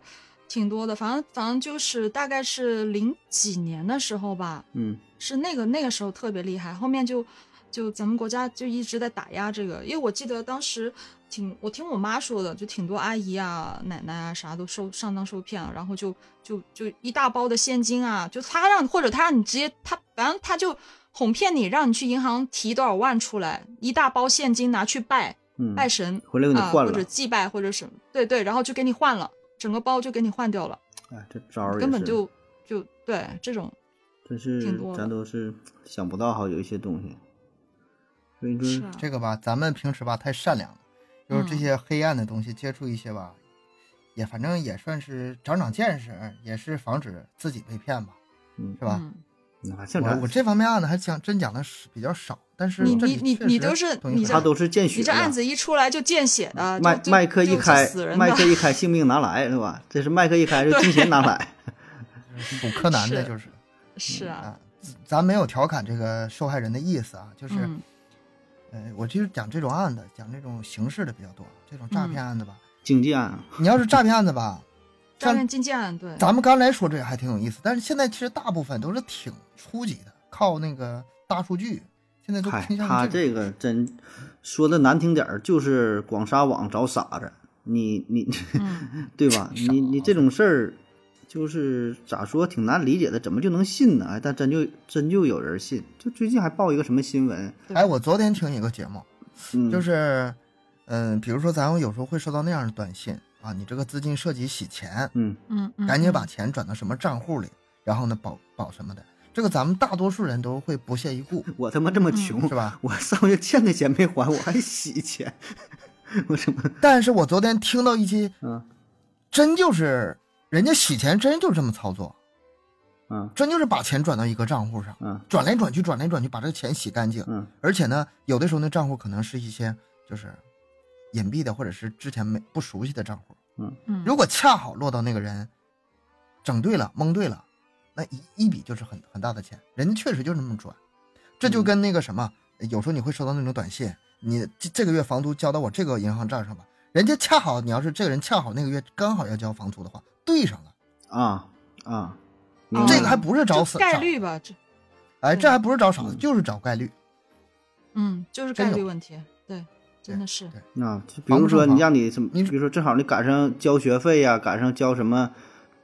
挺多的。反正反正就是大概是零几年的时候吧，
嗯
是那个那个时候特别厉害，后面就就咱们国家就一直在打压这个，因为我记得当时挺我听我妈说的，就挺多阿姨啊、奶奶啊啥都受上当受骗了，然后就就就一大包的现金啊，就他让或者他让你直接他反正他就哄骗你，让你去银行提多少万出来，一大包现金拿去拜
嗯，
拜神
回来给你
啊、或
换了
者，祭拜或者什么，对对，然后就给你换了，整个包就给你换掉了，
哎，这招儿也
根本
是
就就对这种
真是
挺多
咱
的
都是想不到哈，有一些东西，所以
是
说
啊。
这个吧，咱们平时吧太善良了，就是
嗯
这些黑暗的东西接触一些吧，也反正也算是长长见识，也是防止自己被骗吧，
嗯
是吧？
嗯
哪像
我
咱
我这方面案子还讲真讲的是比较少，但是
你
这里
你你
确实
你都是
东西
你
很
这
他
多
都是见血
你这
呀
案子一出来就见血的，
啊嗯麦
就
麦克
就
一
就
开
死，人
麦克
的。
一开，性命拿来，是吧？这是麦克一开，是金钱拿
(laughs)
来。
补柯南的，
是
就是
(laughs) 是啊，
啊，咱没有调侃这个受害人的意思啊，就是。
嗯
呃，我就是讲这种案子，讲这种形式的比较多，这种诈
嗯
骗案子吧。
经济案，啊
你要是诈骗案子吧，
诈
像
骗进见对，
咱们刚才说这还挺有意思，但是现在其实大部分都是挺初级的，靠那个大数据，现在都
嗨
倾，向
他
于这
这
种
个真说的难听点儿，就是广撒网找傻子。你你，
嗯
(laughs) 对吧？你你这种事儿，就是咋说，挺难理解的，怎么就能信呢？哎，但真就真就有人信。就最近还报一个什么新闻，
对
哎，我昨天听一个节目，
嗯，
就是，嗯，比如说咱们有时候会收到那样的短信啊，你这个资金涉及洗钱，
嗯
嗯嗯，
赶紧把
嗯
钱转到什么账户里，然后呢保保什么的，这个咱们大多数人都会不屑一顾，
我他妈这么穷，
嗯是吧？
我上个月欠的钱没还，我还洗钱， (laughs) 我什么？
但是我昨天听到一期，
嗯
真就是人家洗钱真就这么操作，
嗯
真就是把钱转到一个账户上，
嗯
转来转去，转来转去，把这个钱洗干净。
嗯
而且呢，有的时候那账户可能是一些就是隐蔽的，或者是之前没不熟悉的账户。
嗯
如果恰好落到那个人整对了、蒙对了，那一一笔就是很很大的钱，人家确实就这么转。这
嗯
就跟那个什么，有时候你会收到那种短信，你这这个月房租交到我这个银行账上吧，人家恰好你要是这个人恰好那个月刚好要交房租的话，对上了，
啊啊，明
哦
白
这个还
了
不是找
就
死
概
找
率吧，这
哎，这还不是找傻子，
嗯
就是找概率。
嗯就是
真
概率
有
问题，对，真的是
对
啊，就比
防
如
不胜
说你
防
让你什么，
你
比如说正好你赶上交学费呀、赶上交什么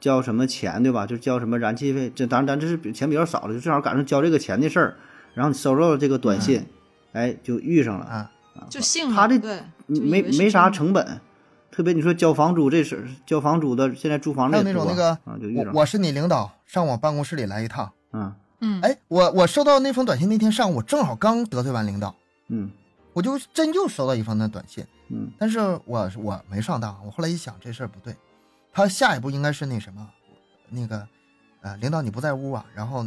交什么钱，对吧？就交什么燃气费，这当然咱这是比钱比较少了，就正好赶上交这个钱的事儿，然后你收到了这个短信，哎，就遇上了。
嗯啊，
就信了，
他这
对，就以
没
为是
没啥
真的
成本，特别你说交房租这事儿，交房租的现在租房
还
的
有
也
那种
多
那个
啊，就遇上
我
了
我是你领导，上我办公室里来一趟。
嗯
嗯
哎，我我收到那封短信那天上午，我正好刚得罪完领导，
嗯
我就真就收到一封那短信，
嗯
但是我我没上当。我后来一想，这事儿不对，他下一步应该是那什么，那个，呃，领导你不在屋啊，然后，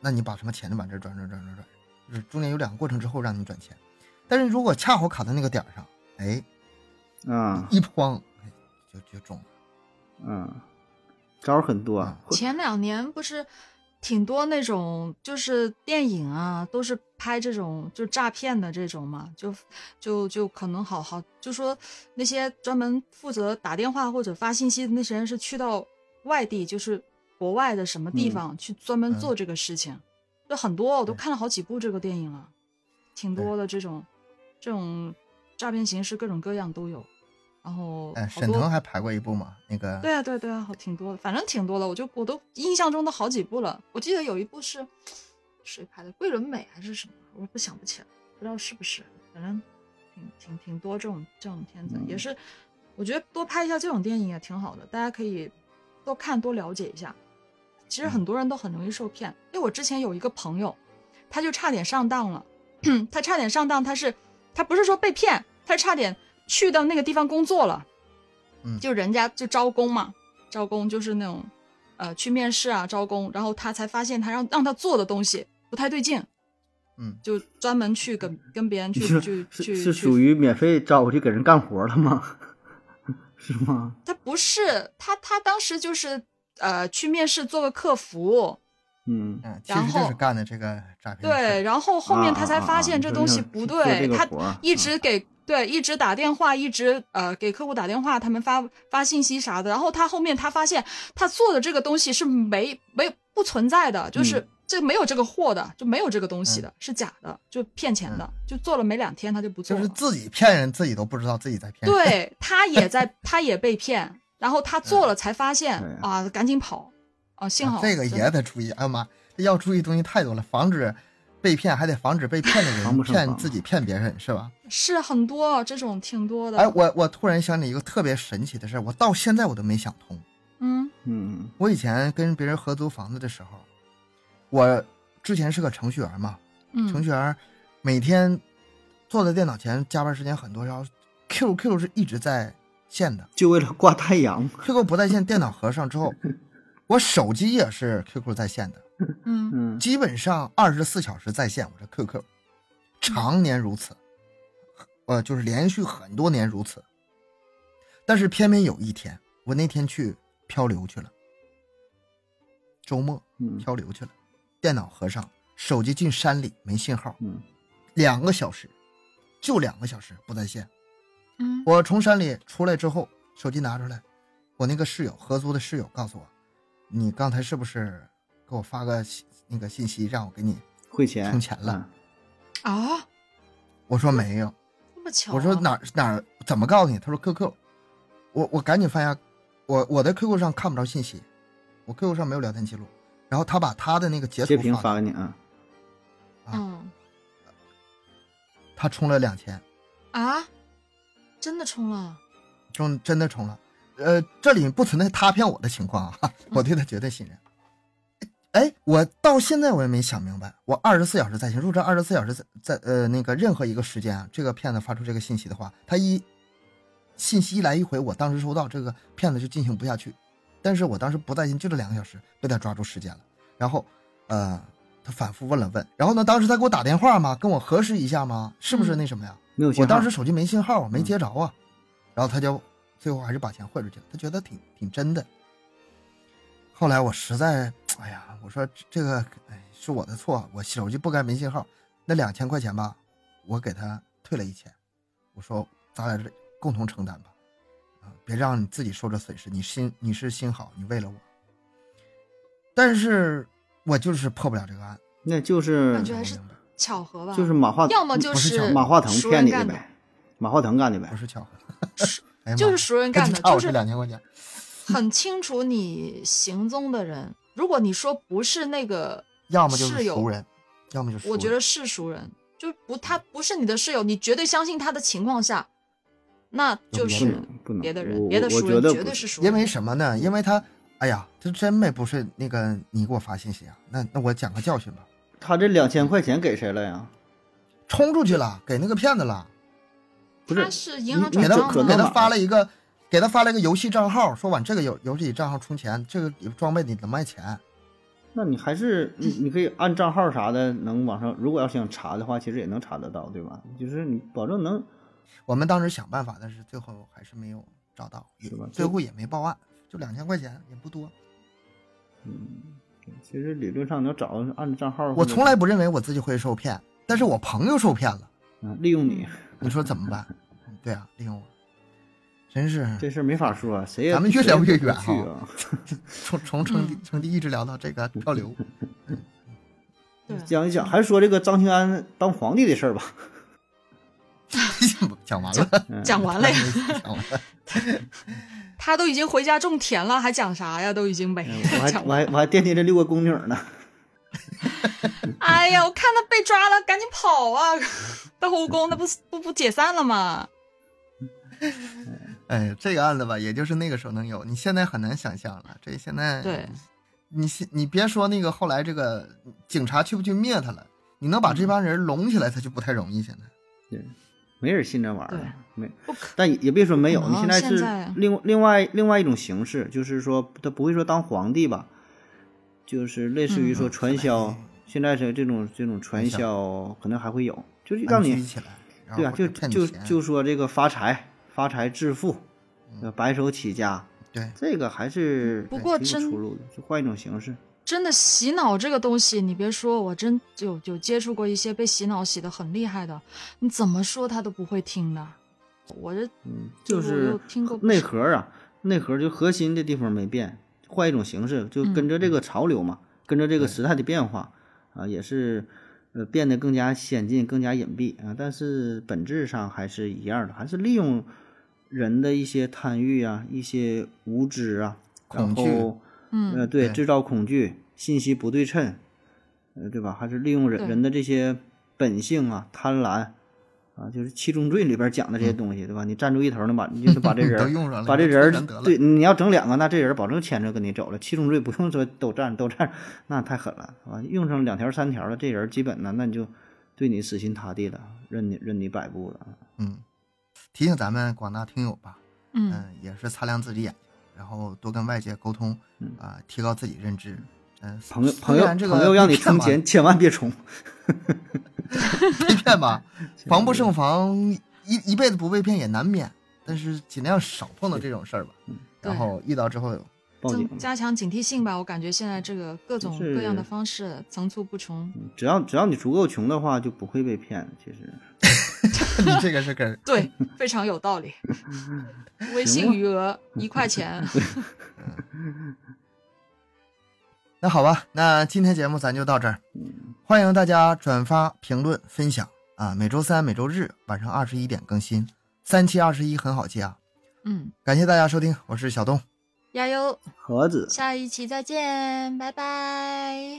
那你把什么钱就往这转转转转转，就是中间有两个过程之后让你转钱，但是如果恰好卡在那个点儿上，哎，
啊
一 (laughs) 慌，哎就就中了。
嗯，招儿很多
嗯
啊，会
前两年不是挺多那种，就是电影啊，都是拍这种就诈骗的这种嘛，就就就可能好好就说那些专门负责打电话或者发信息的那些人是去到外地，就是国外的什么地
嗯
方、去专门
嗯
做这个事情，就很多，我都
对
看了好几部这个电影了，挺
对
多的这种这种诈骗形式各种各样都有，然后
哎，
好
沈
多
腾还拍过一部嘛，那个
对啊，对啊对啊，好挺多的，反正挺多的，我就我都印象中的好几部了。我记得有一部是谁拍的，桂纶镁还是什么，我不想不起来，不知道是不是。反正挺挺挺多这种这种片子，也
嗯
是我觉得多拍一下这种电影也挺好的，大家可以多看多了解一下。其实很多人都很容易受骗，因为我之前有一个朋友，他就差点上当了， (clears throat) 他差点上当，他是他不是说被骗，他是差点去到那个地方工作了。
嗯
就人家就招工嘛，招工就是那种，呃，去面试啊，招工，然后他才发现他让让他做的东西不太对劲，
嗯，
就专门去跟跟别人
嗯你
去
说
去
是
去
是
去
属于免费招去给人干活了吗？ (laughs) 是吗？
他不是他他当时就是呃去面试做个客服，
嗯，
嗯，其
然
实就是
后
干的这个
哎
诈骗事儿。
对，然后后
啊
面他才发现这东西不对，他
啊
他
一
嗯
直给、对一直打电话，一直呃给客户打电话，他们发发信息啥的。然后他后面他发现他做的这个东西是没没不存在的，就是。
嗯
这没有这个货的，就没有这个东
嗯
西的，是假的，就骗钱的，就做了没两天他就不做
就
了。
是自己骗人，自己都不知道自己在骗人。
对他也在，他也被骗，然后他做
嗯
了才发现
对
啊，赶紧跑啊，幸好
这个
真
也得注意。哎呀妈，这要注意东西太多了，防止被骗，还得防止被骗的
防
人
不胜
骗
防啊
自己骗别人，是吧？
是很多这种挺多的。
哎，我我突然想起一个特别神奇的事儿，我到现在我都没想通。
嗯
嗯
我以前跟别人合租房子的时候，我之前是个程序员嘛，程
嗯
序员每天坐在电脑前加班时间很多，然后 QQ 是一直在线的
就为了挂太阳，
，QQ 不在线，电脑合上之后，我手机也是 QQ 在线的。
嗯
嗯，
基本上二十四小时在线，我这 QQ 常年如此，呃，就是连续很多年如此。但是偏偏有一天，我那天去漂流去了，周末
嗯
漂流去了，电脑合上，手机进山里没信号，
嗯
两个小时，就两个小时不在线。
嗯
我从山里出来之后，手机拿出来，我那个室友合租的室友告诉我，你刚才是不是给我发个信那个信息让我给你？
汇钱
充钱了，
啊，
我说没有，
这么巧啊、
我说哪儿哪儿怎么告诉你？他说 QQ，我我赶紧翻下，我我在 QQ 上看不着信息，我 QQ 上没有聊天记录。然后他把他的那个截
截
图
屏
发
发
给
给你啊，
啊
嗯
我，他充了两千，
啊，真的充了，
充真的充了。呃，这里不存在他骗我的情况啊， (laughs) 我对他绝对信任。哎，我到现在我也没想明白，我二十四小时在线，如果这二十四小时在在呃那个任何一个时间啊，这个骗子发出这个信息的话，他一信息一来一回，我当时收到这个骗子就进行不下去，但是我当时不在线，就这两个小时被他抓住时间了，然后呃他反复问了问，然后呢，当时他给我打电话嘛，跟我核实一下嘛，是不是
嗯
那什么呀？
没有信号嗯
我当时手机没信号，我没接着啊，然后他就最后还是把钱汇出去了，他觉得挺挺真的。后来我实在，哎呀，我说这这个哎是我的错，我手机不该没信号。那两千块钱吧，我给他退了一千，我说咱俩这共同承担吧，啊，别让你自己受这损失。你心你是心好，你为了我，但是我就是破不了这个案，
那就是
感觉还是
我明白
巧合吧？
嗯就是马化，
要么就
不是
是
巧
马化腾
熟
骗
人
你的
干的，
呗，马化腾干的呗
不，是巧合，
是
(laughs) 哎呀妈
就是
呀
熟人干的，
差
就
我
是
这两千块钱。
很清楚你行踪的人。如果你说不是那个，
要么就是
室友
熟人，要么就是熟
我觉
人
得是熟人，就不他不是你的室友，你绝对相信他的情况下，那
别
就
的
不
是
能不能，
别的
我
人，别的
我
熟
觉
人
得
绝
不
对
是
是熟人。
因为什么呢？因为他，哎呀，他真没不是那个你给我发信息啊，那那我讲个教训吧，
他这两千块钱给谁了呀？
冲出去了，给那个骗子了，
不是
他是银行
你
给
转
他
账
可
给他
能
吗？
吧
发了一个，给他发了一个游戏账号，说往这个游游戏账号充钱，这个装备你能卖钱，
那你还是你你可以按账号啥的，能往上，如果要想查的话，其实也能查得到，对吧？就是你保证能，
我们当时想办法，但是最后还是没有找到，也
是吧
最后也没报案，就两千块钱也不多。
嗯，其实理论上能找到按账号或者。
我从来不认为我自己会受骗，但是我朋友受骗了，
嗯利用你，
你说怎么办？对啊，利用我，真是
这事儿没法说，谁也
咱们越
谁也
聊越
不
远
去啊。
(laughs) 从从成地
嗯
成地一直聊到这个
嗯
漂
(laughs)
流， (laughs)
对，
讲一讲，还是说这个张庆安当皇帝的事儿吧。
讲完了，
讲
(laughs)
完了呀，
(laughs)
讲完了。
他都已经回家种田了，还讲啥呀？都已经没
嗯我还
哎讲
我
完。
还我还惦记这六个宫女呢。
哎呀，我看他被抓了，赶紧跑啊！ (laughs) 到后宫那不不不解散了吗？
哎，这个案子吧，也就是那个时候能有，你现在很难想象了。这现在，
对，
你现你别说那个后来这个警察去不去灭他了，你能把
嗯
这帮人拢起来，他就不太容易。现在，
没人信这玩意儿啊
对，
没
不可，
但也也别说没有，
不可
你
能
现在
现
是
在啊
另另外另外一种
嗯
形
嗯
式，就是说他不会说当皇帝吧，就是类似于说传销，现在是这种这种传销可能还会有，就是
把
让
你
你
拘起来，然后
对啊，
或
就
者骗你
就
钱
就说这个发财、发财致富、
嗯
呃白手起家，
对，
这个还是
不过
挺有
真
出路的，就换一种形式。
真的洗脑这个东西，你别说，我真有有接触过一些被洗脑洗得很厉害的，你怎么说他都不会听的。我这
嗯，
这
就
个我
是
有听过不
内
少
核啊，内核就核心的地方没变，换一种形式，就
嗯
跟着这个潮流嘛，跟着这个时代的变化啊，也是呃变得更加先进、更加隐蔽啊，但是本质上还是一样的，还是利用人的一些贪欲啊、一些无知啊，
恐
然
惧
后呃
嗯，
对
对制造恐惧、信息不对称，呃对吧？还是利用人
对
人的这些本性啊、贪婪。啊，就是《七宗罪》里边讲的这些东西，对吧？你站住一头，能把你就能把这
(laughs)
人
嗯都用上了，
把这
你
人
就全得
儿
了
对，你要整两个，那这人儿保证牵着跟你走了。七宗罪不用说都占都占，那太狠了啊！用上两条三条了，这人儿基本呢，那你就对你死心塌地了，任你任你摆布了。
嗯，提醒咱们广大听友吧，
嗯
呃
嗯，也是擦亮自己眼睛，然后多跟外界沟通
嗯，
啊、提高自己认知。嗯，
朋友
虽
朋友
然这个
朋友让
被
你
骗
充
吧，
钱，千万别充。
被骗
(laughs)
吧，防不胜防，一一辈子不被骗也难免，但是尽量少碰到这种事儿吧。
嗯
然
对
后遇到之后，
报警
增，加强警惕性吧。我感觉现在这个各种各样的
是
方式层出不穷。
只要只要你足够穷的话，就不会被骗。其实，
(laughs) 你这个是根儿。
对，非常有
(laughs)
道理。微信余额一块钱，
那好吧，那今天节目咱就到这儿，
嗯
欢迎大家转发、评论、分享啊！每周三、每周日晚上二十一点更新，三七二十一很好记啊！
嗯，
感谢大家收听，我是小东。
加油，
盒子
下一期再见，拜拜。